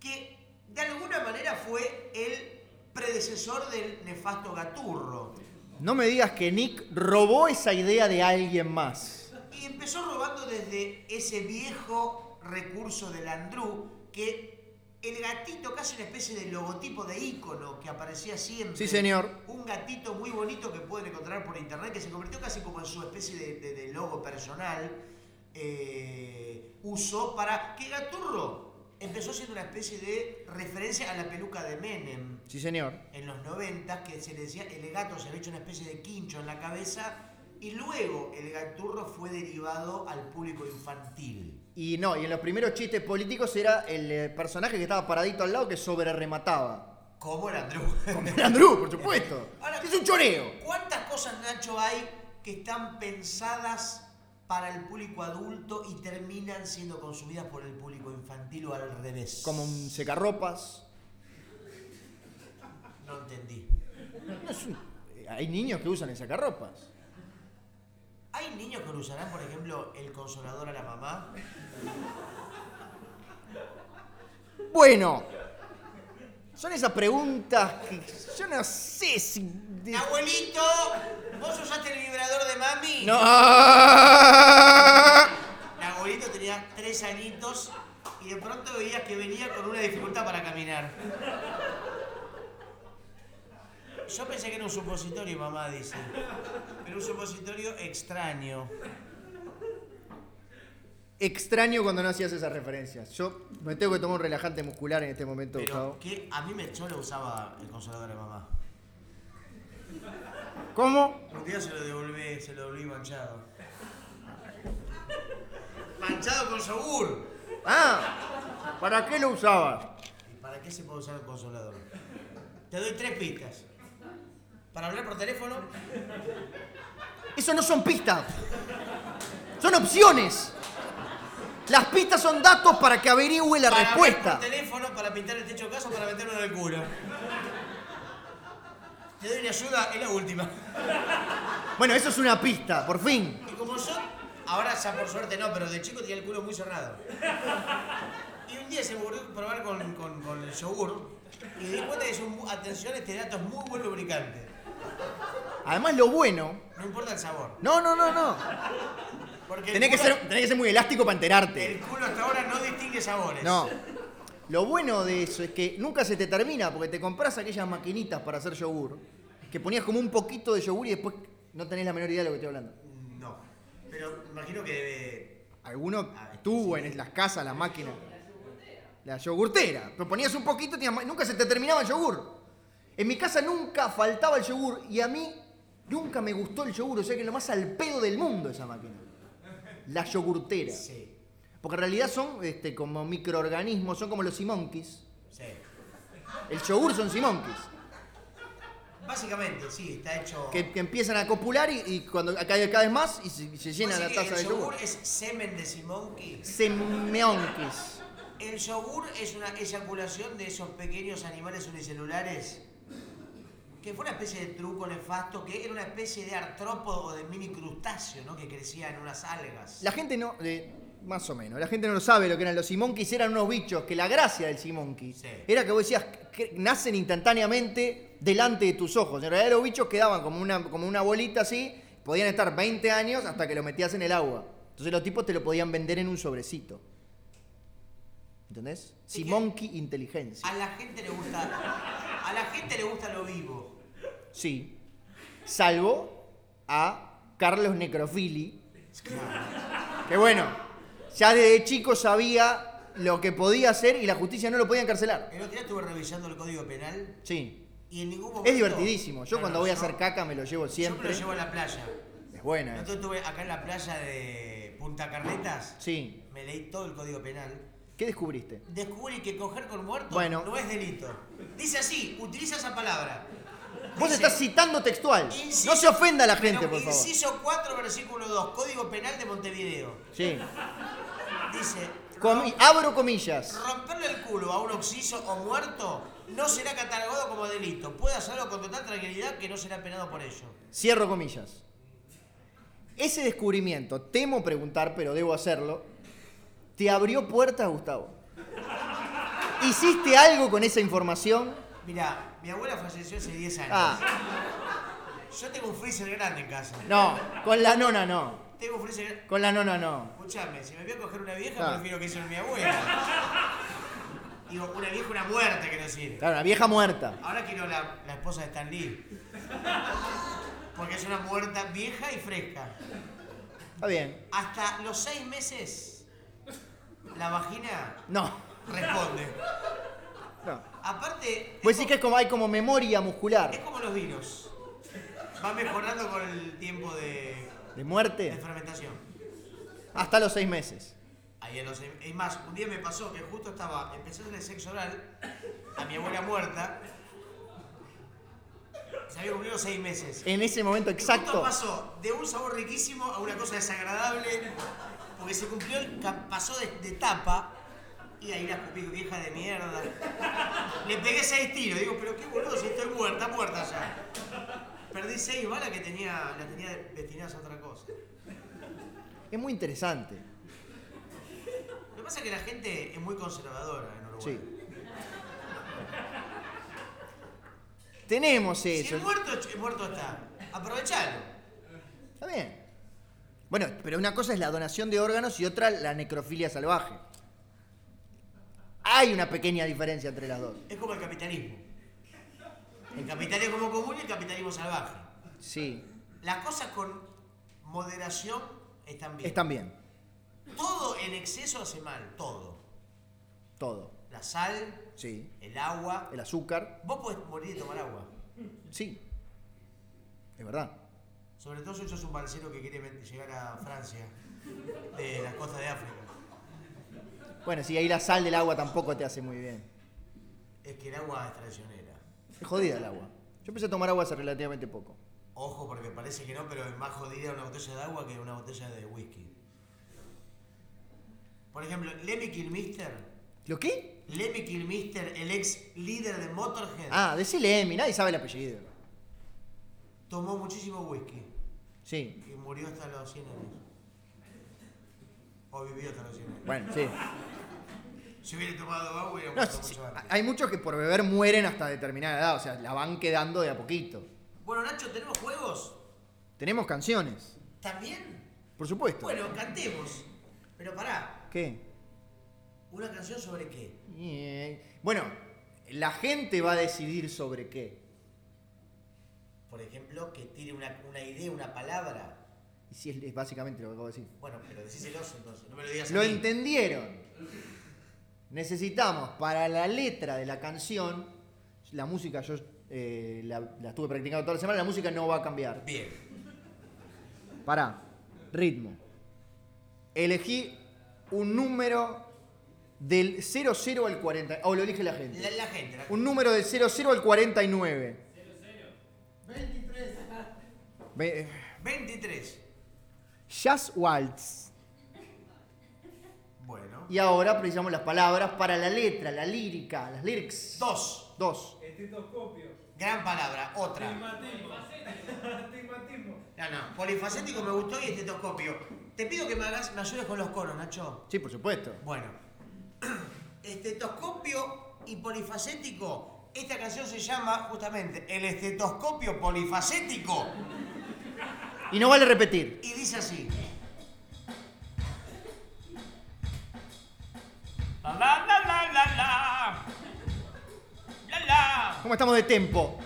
que de alguna manera fue el predecesor del nefasto gaturro.
No me digas que Nick robó esa idea de alguien más.
Y empezó robando desde ese viejo recurso del Andrew, que el gatito, casi una especie de logotipo de ícono que aparecía siempre.
Sí, señor.
Un gatito muy bonito que pueden encontrar por internet, que se convirtió casi como en su especie de, de- de logo personal. eh, usó para. que Gaturro empezó siendo una especie de referencia a la peluca de Menem
Sí, señor.
en los 90 que se le decía el gato se le hecho una especie de quincho en la cabeza y luego el gaturro fue derivado al público infantil.
Y no, y en los primeros chistes políticos era el eh, personaje que estaba paradito al lado que sobre remataba.
Como el Andrew.
Landru, por supuesto.
Ahora-
es un choreo.
¿Cuántas cosas, Nacho, hay que están pensadas para el público adulto y terminan siendo consumidas por el público infantil o al revés.
Como un secarropas.
No entendí.
No es un- eh, Hay niños que usan el secarropas.
¿Hay niños que lo usarán, por ejemplo, el consolador a la mamá?
Bueno, son esas preguntas que yo no sé si. de-
¡Abuelito! ¿Vos usaste el vibrador de mami?
No.
El abuelito tenía tres añitos y de pronto veías que venía con una dificultad para caminar. Yo pensé que era un supositorio, mamá dice. Pero un supositorio extraño.
Extraño cuando no hacías esas referencias. Yo me tengo que tomar un relajante muscular en este momento,
Pero
Gustavo.
que a mí me yo lo usaba el consolador de mamá.
¿Cómo?
Un día se lo devolví, se lo devolví manchado. Manchado con yogur.
Ah, ¿para qué lo usabas?
¿Y para qué se puede usar el consolador? Te doy tres pistas. Para hablar por teléfono,
Eso no son pistas. Son opciones. Las pistas son datos para que averigüe la
para
respuesta.
hablar por teléfono, para pintar el techo de casa o para meterlo en el culo. Te doy una ayuda, es la última.
Bueno, eso es una pista, por fin.
Y como yo, ahora ya por suerte no, pero de chico tenía el culo muy cerrado. Y un día se me ocurrió probar con, con- con el yogur y di cuenta que es un, bu- atención, este dato es muy buen lubricante.
Además, lo bueno.
No importa el sabor.
No, no, no, no.
Porque el
Tenés que,
culo-
ser, tenés que ser muy elástico para enterarte.
El culo hasta ahora no distingue sabores.
No. Lo bueno de eso es que nunca se te termina porque te compras aquellas maquinitas para hacer yogur que ponías como un poquito de yogur y después no tenés la menor idea de lo que estoy hablando.
No. Pero imagino que debe.
Alguno
Ah, este
tuvo en las casas la máquina. La yogurtera. Pero ponías un poquito, tenías ma- nunca se te terminaba el yogur. En mi casa nunca faltaba el yogur y a mí nunca me gustó el yogur. O sea que es lo más al pedo del mundo esa máquina. La yogurtera.
Sí,
Porque en realidad son este, como microorganismos, son como los simonquis.
sí.
El yogur son simonquis.
Básicamente, sí, está hecho.
Que, que empiezan a copular y, y cuando cae cada vez más y se, se llena
Así
la
que
taza de
el yogur
yogur.
es semen de simonki.
Semeonquis.
El yogur es una eyaculación de esos pequeños animales unicelulares. Que fue una especie de truco nefasto, que era una especie de artrópodo o de mini crustáceo, ¿no? Que crecía en unas algas.
La gente no. eh, más o menos. La gente no lo sabe lo que eran los simonquis. Eran unos bichos que la gracia del simonquis
Sí.
era que vos decías que nacen instantáneamente delante de tus ojos. En realidad los bichos quedaban como una, como una bolita así. Podían estar 20 años hasta que lo metías en el agua. Entonces los tipos te lo podían vender en un sobrecito. ¿Entendés?
Sí, que-
Simonqui inteligencia.
A la gente le gusta. A la gente le gusta lo vivo.
Sí. Salvo a Carlos Necrofili. Que bueno, ya desde chico sabía lo que podía hacer y la justicia no lo podía encarcelar.
El otro día estuve revisando el código penal
Sí.
y en ningún momento.
Es divertidísimo. Yo
No,
cuando
no,
voy a
yo-
hacer caca me lo llevo
Yo me
siempre. Eh.
lo llevo a la playa.
Es buena. esa.
Entonces estuve acá en la playa de Punta Carretas.
Sí.
Me leí todo el código penal.
¿Qué descubriste?
Descubrí que coger con muertos
Bueno.
no es delito. Dice así, utiliza esa palabra.
Vos
Dice,
estás citando textual.
inciso-
No se ofenda a la gente,
pero
por favor.
Inciso 4, versículo 2, Código Penal de Montevideo.
Sí.
Dice,
Comi- abro comillas.
romperle el culo a un oxiso o muerto no será catalogado como delito. Puede hacerlo con total tranquilidad que no será penado por ello.
Cierro comillas. Ese descubrimiento, temo preguntar, pero debo hacerlo, te abrió puertas, Gustavo. ¿Hiciste algo con esa información?
Mira, mi abuela falleció hace 10 años.
Ah,
Yo tengo un freezer grande en casa.
no, con la nona no.
Tengo un freezer grande.
Con la nona no.
Escuchame, si me voy a coger una vieja,
Ah.
prefiero que sea mi abuela. Digo, una vieja, una muerta, quiero decir.
Claro, la vieja muerta.
Ahora quiero la, la esposa de Stan Lee. Porque es una muerta vieja y fresca.
Está bien.
Hasta los seis meses, la vagina
No,
responde.
no.
Aparte,
Pues
es,
sí
co-
que es como, hay como memoria
es
muscular.
como los vinos. Va mejorando con el tiempo de,
¿De
de
muerte?
fermentación.
Hasta los seis meses.
Ahí en los- es más, un día me pasó que justo estaba empezando el sexo oral a mi abuela muerta Se había cumplido seis meses.
En ese momento
Justo
exacto.
pasó de un sabor riquísimo a una cosa desagradable, porque se cumplió, el ca- pasó de, de tapa y ahí la escupí, vieja de mierda. Le pegué seis tiros, digo, pero qué boludo, si estoy muerta, muerta ya. Perdí seis balas que tenía, las tenía destinadas a otra cosa.
Es muy interesante.
Lo que pasa es que la gente es muy conservadora en Uruguay.
Sí. Tenemos
Si
eso.
el muerto, el muerto está, aprovechalo.
Está bien. Bueno, pero una cosa es la donación de órganos y otra la necrofilia salvaje. Hay una pequeña diferencia entre las dos.
Es como el capitalismo. El capitalismo como común y el capitalismo salvaje.
Sí,
Las cosas con moderación están bien.
están bien.
Todo en exceso hace mal, todo.
Todo.
La sal,
Sí.
el agua.
El azúcar.
Vos podés morir de tomar agua.
Sí. Es verdad.
Sobre todo si sos un balsero que quiere ven- llegar a Francia, de las costas de África.
Bueno, sí, ahí la sal del agua tampoco te hace muy bien.
Es que el agua es traicionera.
Es jodida el agua. Yo empecé a tomar agua hace relativamente poco.
Ojo, porque parece que no, pero es más jodida una botella de agua que una botella de whisky. Por ejemplo, Lemmy Kilmister
¿Lo qué?
Lemmy Kilmister, el ex líder de Motorhead,
Ah, decile Emi, nadie sabe el apellido.
tomó muchísimo whisky
Sí.
y murió hasta los 100 años. O vivió hasta los 100 años.
Bueno, sí.
Si hubiera tomado agua, hubiera
No,
muerto
sí, sí.
mucho antes.
Hay muchos que por beber mueren hasta determinada edad, o sea, la van quedando de a poquito.
Bueno, Nacho, ¿tenemos juegos?
Tenemos canciones,
¿También?
por supuesto.
Bueno, cantemos. Pero pará,
¿Qué?
¿una canción sobre qué?
Eh, Bueno, la gente va a decidir sobre qué.
Por ejemplo, que tire una, una idea, una palabra.
Y si es, es básicamente lo que acabo de decir.
Bueno, pero decíselos entonces, no me lo digas a
Lo
mí.
entendieron. Necesitamos para la letra de la canción, la música yo eh, la, la estuve practicando toda la semana, la música no va a cambiar.
Bien,
Pará, ritmo. Elegí un número del 00 al 40, o lo elige la
la,
gente.
la gente, la-
Un número del 00 al 49. 23. Ve- eh,
23.
Jazz Waltz.
Bueno,
Y ahora precisamos las palabras para la letra, la lírica, las lyrics.
dos.
Dos.
Estetoscopio.
Gran palabra, otra.
Astigmatismo. Astigmatismo.
No, no, polifacético me gustó y estetoscopio. Te pido que me hagas, me ayudes con los coros, Nacho.
Sí, por supuesto.
Bueno, estetoscopio y polifacético. Esta canción se llama justamente El estetoscopio polifacético
Y no vale repetir.
y dice así.
La la la la la la. La la.
¿Cómo estamos de tempo?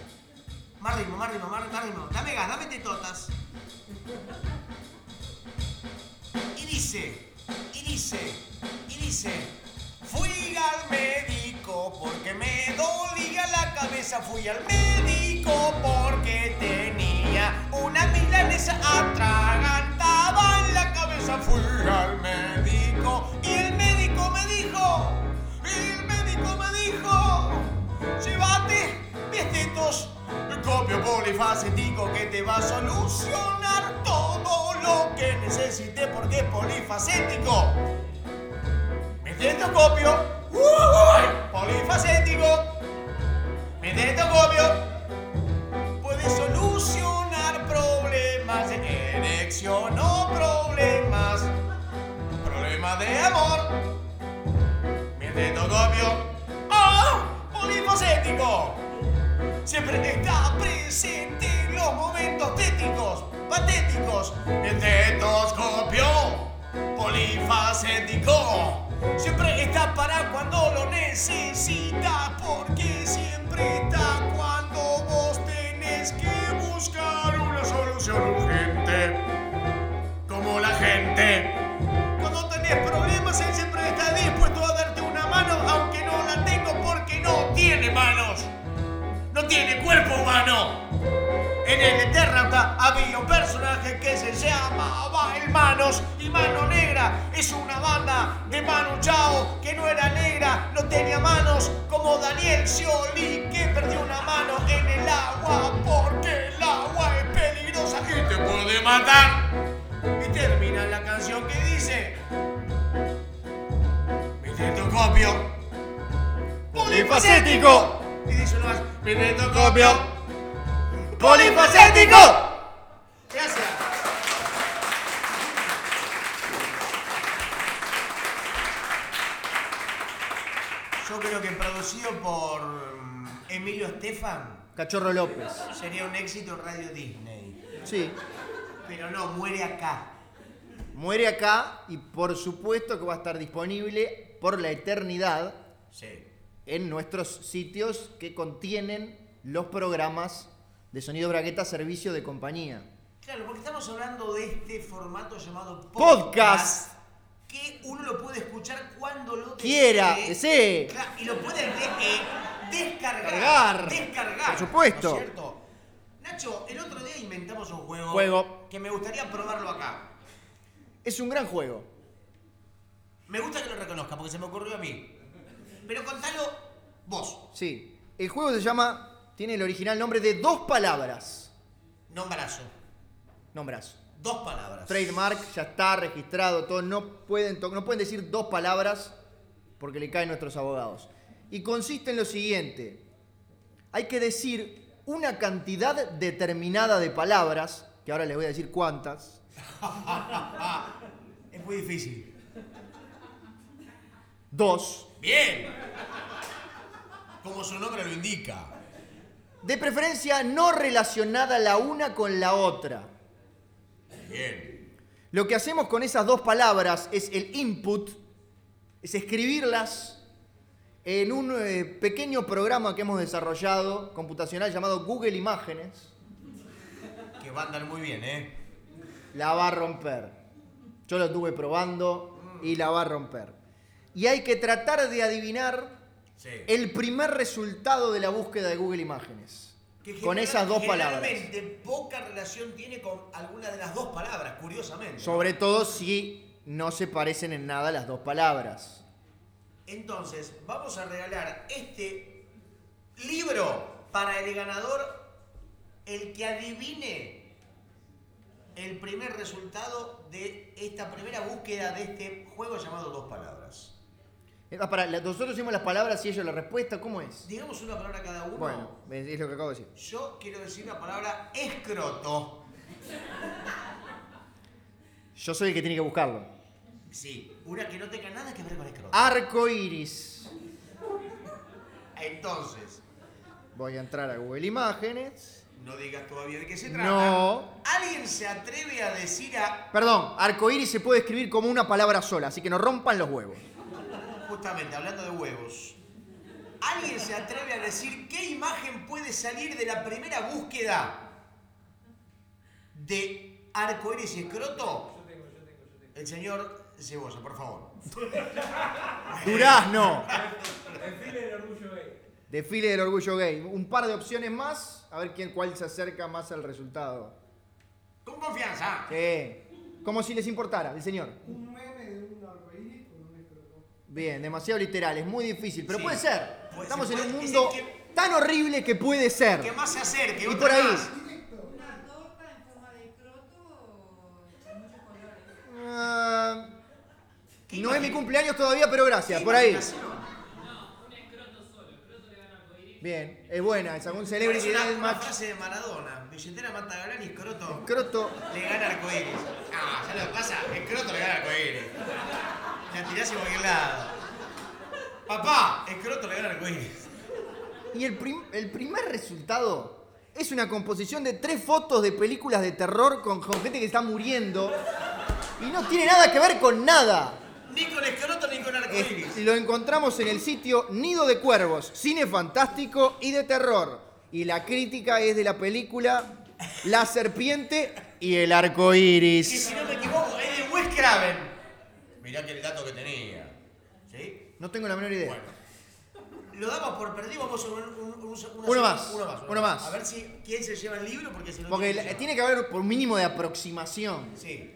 Más ritmo, más ritmo, más ritmo, más ritmo. Dame gas, dame tetotas. Y dice, y dice, y dice. Fui al médico porque me dolía la cabeza. Fui al médico porque tenía una milanesa atragantada en la cabeza. Fui al médico y el médico me dijo, el médico me dijo, llévate piecitos, copio polifacético que te va a solucionar todo lo que necesites porque es polifacético. Metetoscopio, ¡Uy! polifacético, metetoscopio, puede solucionar problemas de erección o problemas, problemas de amor. Metetoscopio, ¡ah! polifacético, siempre está presente en los momentos téticos, patéticos. Metetoscopio, polifacético, siempre está para cuando lo necesitas, porque siempre está cuando vos tenés que buscar una solución urgente como la gente. Cuando tenés problemas, él siempre está dispuesto a darte una mano, aunque no la tengo porque no tiene manos. No tiene cuerpo humano. En el Eternauta había un personaje que se llamaba el mil manos y Mano Negra es una banda de Manu Chao que no era negra, no tenía manos como Daniel Scioli que perdió una mano en el agua porque el agua es peligrosa y te puede matar. Y termina la canción que dice... Miteto copio. Polifacético. Y dice uno más. Miteto copio. Polifacético. Gracias. Yo creo que producido por mm, Emilio Estefan
Cachorro López.
sería un éxito Radio Disney.
Sí.
Pero no, muere acá.
Muere acá y por supuesto que va a estar disponible por la eternidad
Sí.
en nuestros sitios que contienen los programas de Sonido Bragueta Servicio de Compañía.
Claro, porque estamos hablando de este formato llamado
Podcast.
podcast, que uno lo puede escuchar cuando lo
Quiera,
desee.
desee.
Claro, y lo puede de- eh, descargar.
Cargar.
Descargar.
Por supuesto.
¿no es cierto? Nacho, el otro día inventamos un juego,
Juego.
que me gustaría probarlo acá.
Es un gran juego.
Me gusta que lo reconozca porque se me ocurrió a mí. Pero contalo vos,
Sí. El juego se llama, tiene el original nombre de dos palabras.
no embarazo.
Nombrazo.
Dos palabras.
Trademark, ya está registrado, todo. No pueden, to- no pueden decir dos palabras porque le caen nuestros abogados. Y consiste en lo siguiente: hay que decir una cantidad determinada de palabras, que ahora les voy a decir cuántas,
Es muy difícil.
dos,
Bien. Como su nombre lo indica.
de preferencia no relacionada la una con la otra.
Bien.
Lo que hacemos con esas dos palabras es el input, es escribirlas en un eh, pequeño programa que hemos desarrollado computacional llamado Google Imágenes.
Que va a andar muy bien, ¿eh?
La va a romper. Yo lo estuve probando y la va a romper. Y hay que tratar de adivinar
Sí.
el primer resultado de la búsqueda de Google Imágenes.
Que
Con
general-
esas dos palabras.
Generalmente poca relación tiene con alguna de las dos palabras, curiosamente.
Sobre todo si no se parecen en nada las dos palabras.
Entonces, vamos a regalar este libro para el ganador, el que adivine el primer resultado de esta primera búsqueda de este juego llamado Dos Palabras.
Ah, pará, la- nosotros decimos las palabras y ellos la respuesta, ¿cómo es?
Digamos una palabra cada uno.
Bueno, es es lo que acabo de decir.
Yo quiero decir la palabra escroto.
Yo soy el que tiene que buscarlo.
Sí, una que no tenga nada que ver con escroto.
Ah. Arco iris.
Entonces,
Voy a entrar a Google Imágenes.
No digas todavía de qué se trata.
No.
¿Alguien se atreve a decir a...
Perdón, arco iris se puede escribir como una palabra sola, así que no rompan los huevos.
Justamente, hablando de huevos. ¿Alguien se atreve a decir qué imagen puede salir de la primera búsqueda de arcoíris y escroto? El señor Cebolla, por favor.
Durazno.
Desfile del orgullo gay.
Desfile del orgullo gay. Un par de opciones más, a ver quién cuál se acerca más al resultado.
Con confianza.
Sí. Como si les importara, el señor.
Un meme de un arcoíris con un escroto.
Bien, demasiado literal, es muy difícil, pero
Sí.
puede ser.
Puede
Estamos
ser,
en un
puede- es
mundo
el que-
tan horrible que puede ser.
Que más se acerque.
Y
otro
por ahí.
más.
Una torta en forma de croto con muchos colores.
Ah,
¿Qué
no es mi
imagina-
cumpleaños todavía, pero gracias,
¿Qué
por ahí.
imaginación?
Bien, es buena esa, un
Parece
celebrity
una,
del
una
match.
frase de Maradona. Billetera Matagalán y escroto.
Croto.
Le gana arcoíris. Ah, ¿sabes lo que pasa? El croto le gana arcoíris. La tirás en cualquier lado. Papá, el croto le gana arcoíris.
Y el, prim- el primer resultado es una composición de tres fotos de películas de terror con, con gente que está muriendo. Y no tiene nada que ver con nada.
Ni con el croto ni con
Es-
arcoíris.
Eh, lo encontramos en el sitio Nido de Cuervos, cine fantástico y de terror. Y la crítica es de la película La Serpiente y el Arco
Que
Iris.
si no me equivoco, es de Wes Craven. Mirá que el dato que tenía. ¿Sí?
No tengo la menor idea.
Bueno. Lo damos por perdido, vamos a un, un- un- una
Uno
sola-
más,
Uno más.
uno más.
A ver si quién se lleva el libro porque si no.
Porque
¿quién se
la-
lleva?
tiene que haber por mínimo de aproximación.
Sí.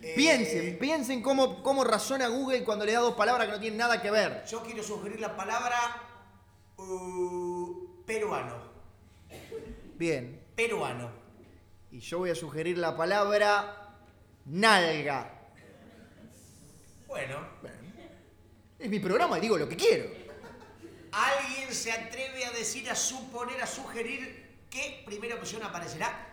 Eh,
Piensen, piensen cómo, cómo razona Google cuando le da dos palabras que no tienen nada que ver.
Yo quiero sugerir la palabra uh, peruano.
Bien.
Peruano.
Y yo voy a sugerir la palabra nalga.
Bueno,
Es mi programa, digo lo que quiero.
¿alguien se atreve a decir, a suponer, a sugerir qué primera opción aparecerá?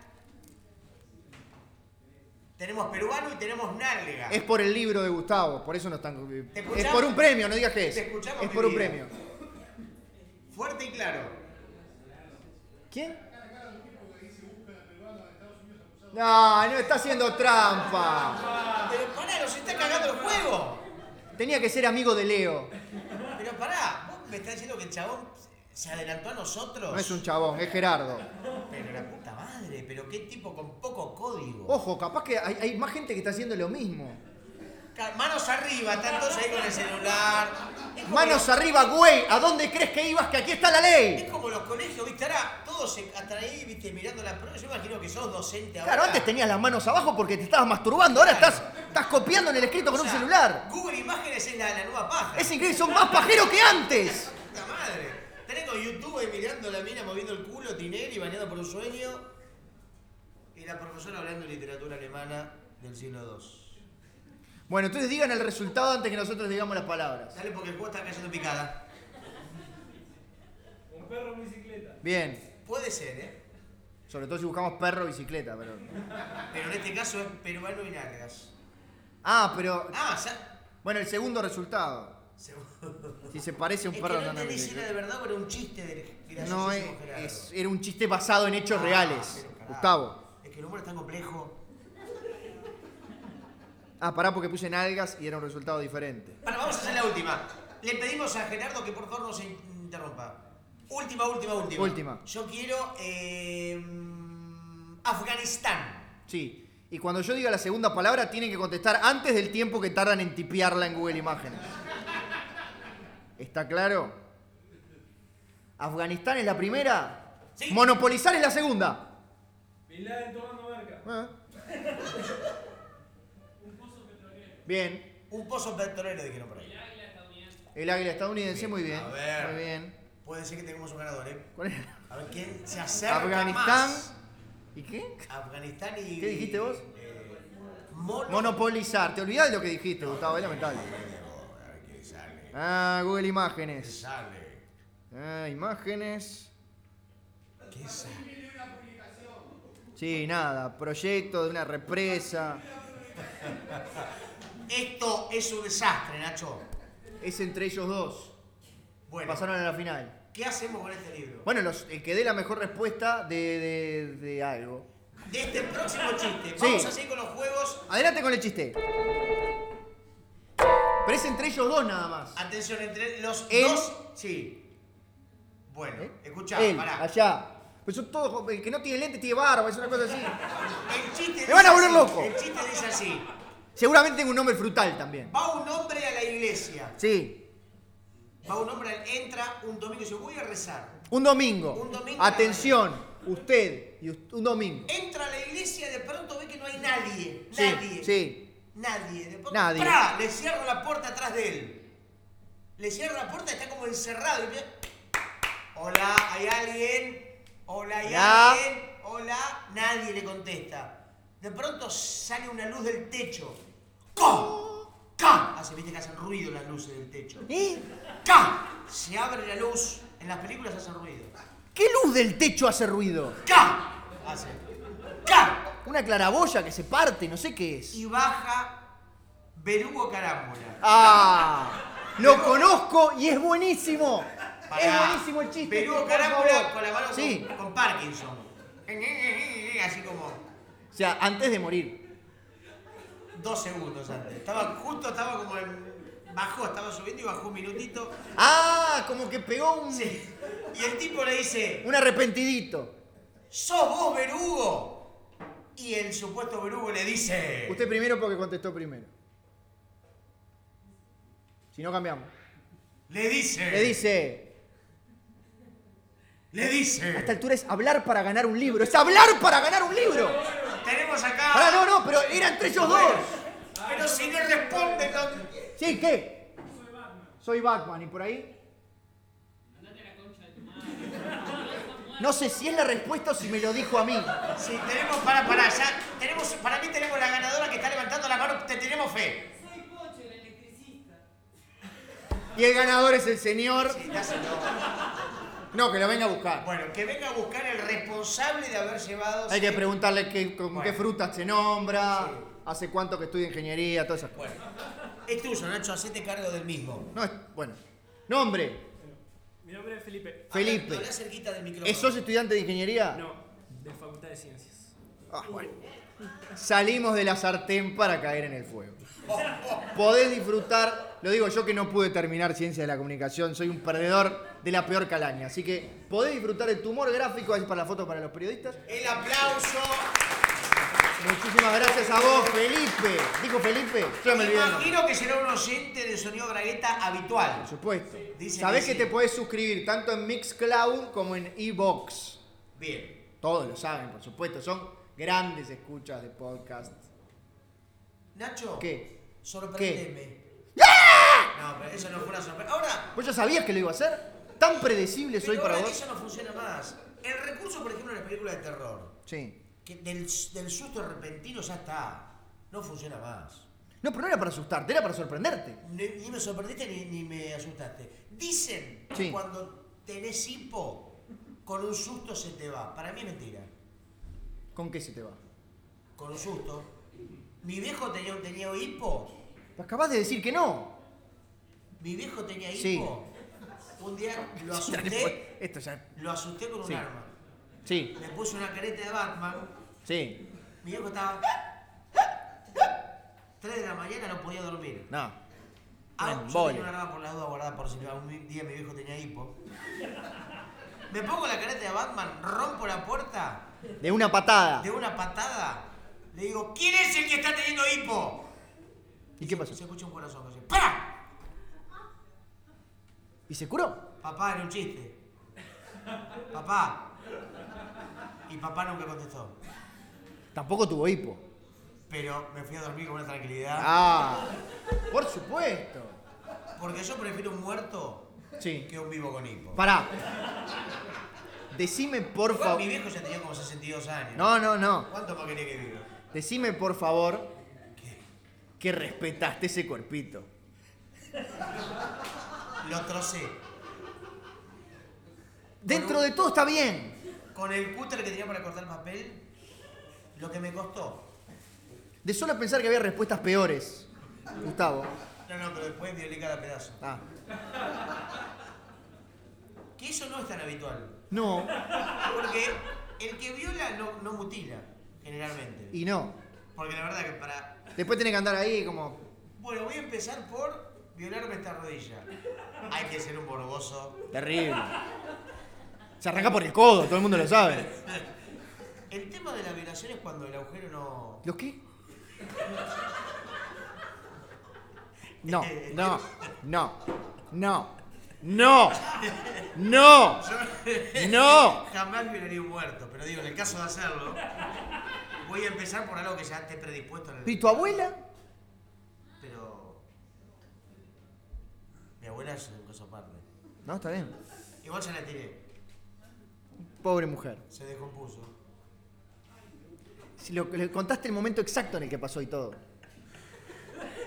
Tenemos peruano y tenemos nalga.
Es por el libro de Gustavo, por eso no están.
¿Te
Es
escuchamos?
por un premio, no digas que es.
Te escuchamos,
Es
mi
por un
vida.
premio.
Fuerte y claro.
¿Quién? No, no está haciendo trampa.
Pero pará, nos está cagando el juego.
Tenía que ser amigo de Leo.
Pero pará, vos me estás diciendo que el chabón se adelantó a nosotros.
No es un chabón, es Gerardo.
Pero la puta madre, pero qué tipo con poco código.
Ojo, capaz que hay, hay más gente que está haciendo lo mismo.
Ca- Manos arriba, están todos ahí con el celular. Es como
Manos
los-
arriba, güey. ¿A dónde crees que ibas? Que aquí está la ley.
Es como los colegios, viste, ahora todos se- hasta ahí, viste, mirando las pruebas. Yo imagino que sos docente ahora.
Claro, antes tenías las manos abajo porque te estabas masturbando. Ahora estás, estás copiando en el escrito con
O
un
sea,
celular.
Google Imágenes es la, la nueva paja.
Es increíble, son más pajeros que antes.
Puta madre. Tenés con YouTube ahí mirando la mina moviendo el culo, Tinelli, bañado por un sueño. Y la profesora hablando de literatura alemana del siglo II.
Bueno, entonces digan el resultado antes que nosotros digamos las palabras.
Dale porque el juego está cayendo en picada.
Un perro en bicicleta.
Bien.
Puede ser, ¿eh?
Sobre todo si buscamos perro o bicicleta, pero.
Pero en este caso es peruano y nalgas.
Ah, pero.
Ah, o sea,
Bueno, el segundo resultado.
seguro.
Si se parece a
Es
un
que
perro
no
no, no,
entendí si era de
no,
verdad o era un chiste del graciosísimo
No, es,
Gerardo.
es- era un chiste basado en hechos
Ah,
reales.
pero carajo.
Gustavo.
Es que el humor es tan complejo.
Ah, pará porque puse en algas y era un resultado diferente.
Bueno, vamos a hacer la última. Le pedimos a Gerardo que por favor no se in- interrumpa. Última, última, última.
Última.
Yo quiero eh, mm, Afganistán.
Sí. Y cuando yo diga la segunda palabra, tienen que contestar antes del tiempo que tardan en tipearla en Google Imágenes. ¿Está claro? Afganistán es la primera.
Sí.
Monopolizar es la segunda.
Bin Laden tomando marca.
Ah. Bien.
Un pozo petrolero, dijeron por ahí.
El águila estadounidense,
Bien,
muy bien.
a ver.
Muy bien.
Puede ser que tengamos un ganador, ¿eh?
¿Cuál es?
A ver quién se acerca
Afganistán.
más.
¿Y qué?
Afganistán y...
¿Qué dijiste vos?
eh, mono...
Monopolizar. Te olvidás de lo que dijiste, Gustavo, es lamentable.
A ver qué sale.
Ah, Google
¿Qué
Imágenes.
sale?
Ah, imágenes.
¿Qué sale?
Sí, nada. Proyecto de una represa.
Esto es un desastre, Nacho.
Es entre ellos dos.
Bueno,
Pasaron a la final.
¿qué hacemos con este libro?
Bueno, los, el que dé la mejor respuesta de, de- de algo.
De este próximo chiste.
Sí.
Vamos a seguir con los juegos.
Adelante con el chiste. Pero es entre ellos dos nada más.
Atención, entre los
Él-
dos. Sí. Bueno,
¿Eh?
escuchá,
Él,
pará.
allá. Pues son todos, jo- el que no tiene lente tiene barba, es una cosa así.
El chiste dice
van a volver
así,
loco.
El chiste dice así.
Seguramente tengo un nombre frutal también.
Va un hombre a la iglesia.
Sí,
Va un hombre, entra un domingo y dice, voy a rezar.
un domingo.
Un domingo.
Atención, usted y us- un domingo.
Entra a la iglesia, de pronto ve que no hay nadie.
Sí,
Nadie.
sí.
Nadie. De pronto,
Nadie.
¡prá! Le cierra la puerta atrás de él. Le cierra la puerta, está como encerrado. Y mira, Hola, ¿hay alguien? Hola, ¿hay
Hola.
alguien? Hola. Nadie le contesta. De pronto sale una luz del techo. ¡Ca! ¡Ca! Hace, viste que hacen ruido las luces del techo.
¿Eh?
¡Ca! Se abre la luz. En las películas hacen ruido.
¿Qué luz del techo hace ruido?
¡Ca! Hace. ¡Ca!
Una claraboya que se parte, no sé qué es.
Y baja Berugo Carámbula.
¡Ah! Lo conozco y es buenísimo. Es
Pará.
buenísimo el chiste.
Perú
por
Carámbula
favor.
con la mano
Sí,
con, con Parkinson. Eh, Así como
o sea, antes de morir.
dos segundos antes. Estaba justo, estaba como en. Bajó, estaba subiendo y bajó un minutito.
¡Ah! Como que pegó un,
Sí. Y el tipo le dice:
un arrepentidito.
¿Sos vos verugo? Y el supuesto verugo le dice:
Usted primero porque contestó primero. Si no cambiamos.
Le dice.
Le dice,
Le
a esta
dice.
altura es hablar para ganar un libro. Es hablar para ganar un libro.
Tenemos acá.
Ah, Pará, no, no, pero eran entre ellos dos.
Pero si no responde, no...
Sí, ¿qué?
Soy Batman.
Soy Batman y por ahí. No sé si es la respuesta o si me lo dijo a mí.
Sí, tenemos para para allá. Tenemos, para mí tenemos la ganadora que está levantando la mano. Te tenemos fe.
Soy Pocho, el electricista.
Y el ganador es el señor.
Sí, dáselo.
No, que lo venga a buscar.
Bueno, que venga a buscar el responsable de haber llevado.
Hay que preguntarle qué, con
Bueno.
qué frutas se nombra, hace cuánto que estudia ingeniería, todas esas cosas.
Bueno, es tuyo, Nacho. Hacete cargo del mismo.
No es, bueno. Nombre,
Mi nombre es Felipe.
Felipe.
Habla cerquita del micrófono.
¿Es sos estudiante de ingeniería?
No, de Facultad de Ciencias.
Ah, bueno. Salimos de la sartén para caer en el fuego. Podés disfrutar, lo digo yo que no pude terminar ciencia de la comunicación, soy un perdedor de la peor calaña, así que podés disfrutar el tumor gráfico ahí para la foto para los periodistas.
El aplauso.
Muchísimas gracias a vos, Felipe. Dijo Felipe, yo me olvidé. el nombre.
Imagino que será un oyente de sonido bragueta habitual.
Por supuesto.
Dice
Sabés
que
que
sí.
te podés suscribir tanto en Mixcloud como en Evox.
Bien.
Todos lo saben, por supuesto, son grandes escuchas de podcast.
Nacho.
¿Qué?
Sorprendeme. No, pero eso no fue una sorpresa. Ahora,
¿Vos ya sabías que lo iba a hacer? ¿Tan predecible soy
pero
para
ahora
vos?
eso no funciona más. El recurso, por ejemplo, en las películas de terror.
Sí.
que del, del susto repentino ya está. No funciona más.
No, pero no era para asustarte, era para sorprenderte.
Ni, ni me sorprendiste ni, ni me asustaste. Dicen que
Sí.
cuando tenés hipo, con un susto se te va. Para mí es mentira.
¿Con qué se te va? Pues
Con un susto. Mi viejo tenía, tenía hipo.
Pero Acabás de decir que no.
Mi viejo tenía hipo.
Sí.
Un día lo asusté,
pues, Esto ya.
lo asusté con un
Sí.
arma.
Sí,
Le puse una careta de Batman.
sí.
Mi viejo estaba... 3 de la mañana no podía dormir.
No.
Ah,
Gran
yo
vole.
tenía una arma por las dudas guardada por si algún día mi viejo tenía hipo. Me pongo la careta de Batman, rompo la puerta,
De una patada.
de una patada, le digo, ¿quién es el que está teniendo hipo?
¿Y qué
Se
pasó?
escucha un corazón, dice, ¡para!
¿Y se curó?
Papá, era un chiste. Papá. Y papá nunca contestó.
Tampoco tuvo hipo.
Pero me fui a dormir con una tranquilidad.
Ah, por supuesto. Ah.
Porque yo prefiero un muerto
Sí.
que un vivo con hipo.
Pará. Decime por
Igual
favor.
mi viejo ya tenía como 62 años.
No, no, no.
¿Cuánto más quería que viva?
Decime por favor que respetaste ese cuerpito.
Lo trocé.
Dentro de todo está bien.
Con el cúter que tenía para cortar papel, lo que me costó.
De solo pensar que había respuestas peores, Gustavo.
No, no, pero después violé cada pedazo.
Ah,
Que eso no es tan habitual.
no,
Porque el que viola no, no mutila, generalmente.
y no.
Porque la verdad que para...
Después tenés que andar ahí como.
Bueno, voy a empezar por violarme esta rodilla. Hay que ser un borboso.
Terrible. Se arranca por el codo, todo el mundo lo sabe.
El tema de la violación es cuando el agujero no...
¿Los qué? No, no, no, no, no, no, no.
Jamás violaría un muerto, pero digo, en el caso de hacerlo, voy a empezar por algo que ya esté predispuesto en el...
¿Y tu abuela?
Pero. Mi abuela es un caso aparte.
No, está bien.
Igual ya la tiré,
Pobre mujer.
se descompuso.
Si lo, le contaste el momento exacto en el que pasó y todo.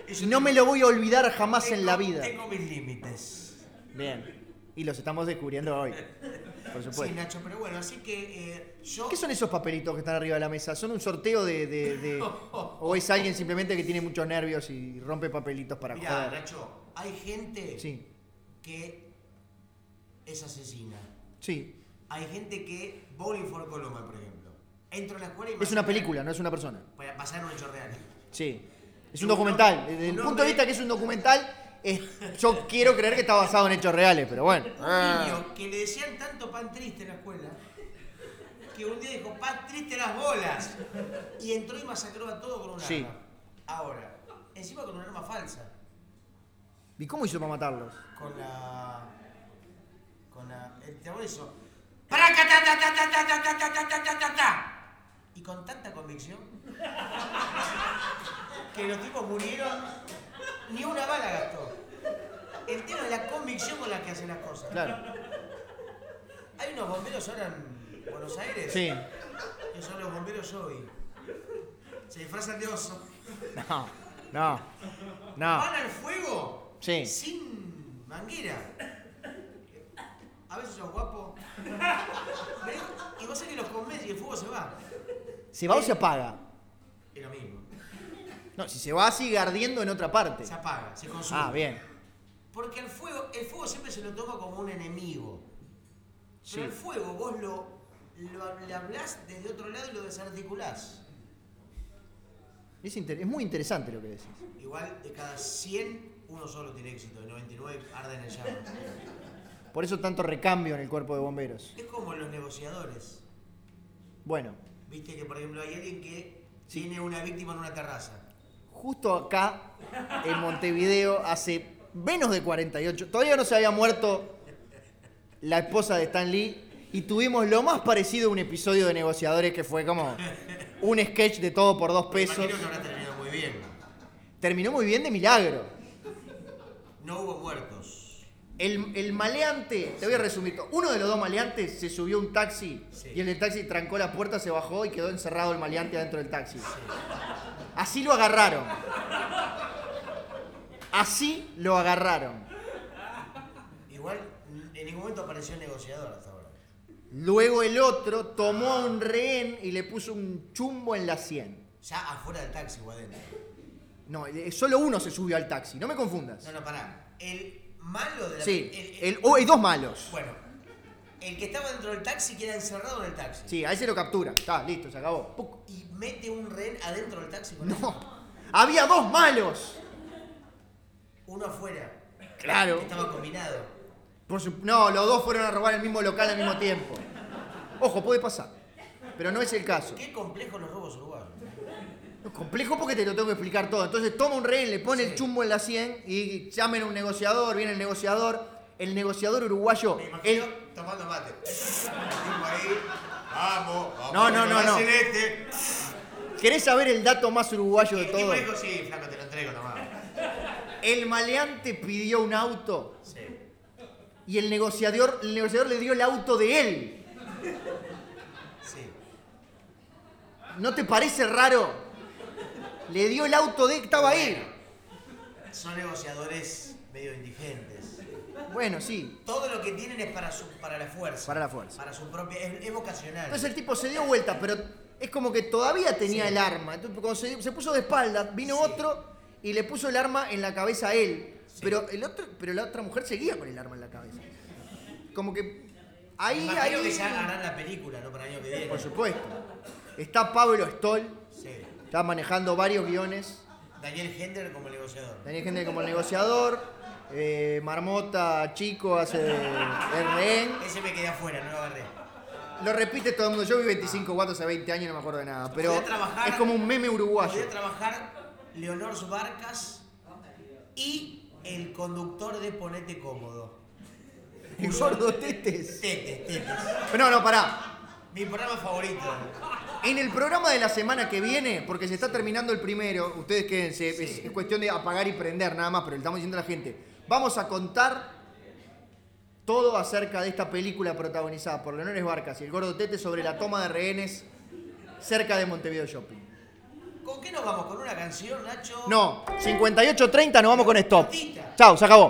Y
Y no me lo voy a olvidar jamás en la vida.
Tengo mis límites.
Bien. Y los estamos descubriendo hoy. Por
Sí,
supuesto.
Nacho, pero bueno, así que eh, yo.
¿Qué son esos papelitos que están arriba de la mesa? ¿Son un sorteo de, de- de- o es alguien simplemente que tiene muchos nervios y rompe papelitos para
Mirá,
joder?
Nacho, hay gente
Sí,
que es asesina.
sí.
Hay gente que. Bowling for Columbine, por ejemplo. Entro a la escuela y. me
Es una
hacen-
película, no es una persona.
Para pasar un hecho real.
Sí. Es
Y
un
un
documental.
hombre-
Desde el
un
punto de
hombre-
vista que es un documental, es- yo quiero creer que está basado en hechos reales, pero bueno.
Un niño que le decían tanto pan triste en la escuela que un día dijo pan triste las bolas y entró y masacró a todo con un
Sí.
arma. Ahora, encima con un arma falsa,
¿Y cómo hizo para matarlos?
con la con la el te hago eso. ¡Praca, ta, ta, ta, ta, ta, ta, ta, ta, ta, ta, ta, ta! Y con tanta convicción que los tipos murieron, ni una bala gastó. El tema es la convicción con la que hacen las cosas.
Claro.
Hay unos bomberos ahora en Buenos Aires.
Sí.
Que son los bomberos hoy. Se disfrazan de oso.
No. No. No.
Van al fuego
Sí.
sin manguera. A veces sos guapo. ¿Ves? Y vos sabés que los comés y el fuego se va.
¿Se va o se apaga?
Es lo mismo.
No, si se va sigue ardiendo en otra parte.
Se apaga, se consume.
Ah, bien.
Porque el fuego, el fuego siempre se lo toca como un enemigo.
Sí.
Pero el fuego vos lo, lo, le hablás desde otro lado y lo desarticulás.
Es, inter- es muy interesante lo que decís.
Igual de cada 100, uno solo tiene éxito. De 99 arde en el llano.
Por eso tanto recambio en el cuerpo de bomberos.
Es como los negociadores.
Bueno,
Viste que, por ejemplo, hay alguien que tiene una víctima en una terraza.
justo acá, en Montevideo, hace menos de 48, todavía no se había muerto la esposa de Stan Lee y tuvimos lo más parecido a un episodio de negociadores que fue como un sketch de todo por dos
Me
pesos.
Imagino que habrá terminado muy bien.
Terminó muy bien de milagro.
No hubo muertos.
El, el maleante, te voy a resumir, todo. uno de los dos maleantes se subió a un taxi
Sí.
y el del taxi trancó la puerta, se bajó y quedó encerrado el maleante adentro del taxi. Así lo agarraron. Así lo agarraron.
Igual, n- en ningún momento apareció el negociador hasta ahora.
Luego el otro tomó a un rehén y le puso un chumbo en la sien.
Ya afuera del taxi o adentro.
No, eh, solo uno se subió al taxi, no me confundas.
No, no, pará. El malo de la...
Sí,
el-
el, oh, hay dos malos.
Bueno, el que estaba dentro del taxi queda encerrado en el taxi.
Sí, ahí se lo captura. Está, listo, se acabó. Puc.
Y mete un rehén adentro del taxi. con él.
No, había dos malos.
Uno afuera.
Claro.
que Estaba combinado.
Por su- No, los dos fueron a robar el mismo local al mismo tiempo. Ojo, puede pasar. Pero no es el caso.
Qué complejo los robos uruguayos.
Es complejo porque te lo tengo que explicar todo. Entonces toma un rehén, le pone el chumbo en la 100 y llamen a un negociador, viene el negociador. El negociador uruguayo.
Me imagino
El...
tomando mate. Tipo ahí. Vamos, vamos.
No, no,
que
no,
va a
no.
hacer este.
¿Querés saber el dato más uruguayo
Y
de
el tipo
todo?
dijo, sí, flaco, te lo entrego nomás.
El maleante pidió un auto
Sí.
y el negociador, el negociador le dio el auto de él.
Sí.
¿No te parece raro? Le dio el auto de... Estaba ahí.
Son negociadores medio indigentes.
Bueno, sí.
Todo lo que tienen es para, su, para la fuerza.
Para la fuerza.
Para su propia. Es, es vocacional.
Entonces el tipo se dio vuelta, pero es como que todavía tenía el arma. Entonces cuando se, se puso de espalda, vino
Sí.
otro y le puso el arma en la cabeza a él.
Sí.
Pero el otro, pero la otra mujer seguía con el arma en la cabeza. Como que
Me
ahí,
Imagino
ahí.
que ya harán la película, ¿no? Para el año que viene.
Por supuesto. Está Pablo Stoll,
Sí.
está manejando varios guiones.
Daniel Hendler como negociador.
Daniel gente como el negociador. eh, Marmota Chico hace de de rehén.
Ese me quedé afuera, no lo agarré.
Lo repite todo el mundo. Yo vi 25 guatos hace 20 años y no me acuerdo de nada. Pero
Podía trabajar-
es como un meme uruguayo.
Podía trabajar Leonor Barcas y el conductor de Ponete Cómodo.
El gordo tetes.
Tetes, tetes.
No, no, pará.
Mi programa favorito.
En el programa de la semana que viene, porque se está terminando el primero, ustedes quédense, es, es cuestión de apagar y prender nada más, pero le estamos diciendo a la gente, vamos a contar todo acerca de esta película protagonizada por Leonores Barcas y el Gordo Tete sobre la toma de rehenes cerca de Montevideo Shopping.
¿Con qué nos vamos? ¿Con una canción, Nacho?
No, 58.30, nos vamos con stop.
Cortita.
Chao, se acabó.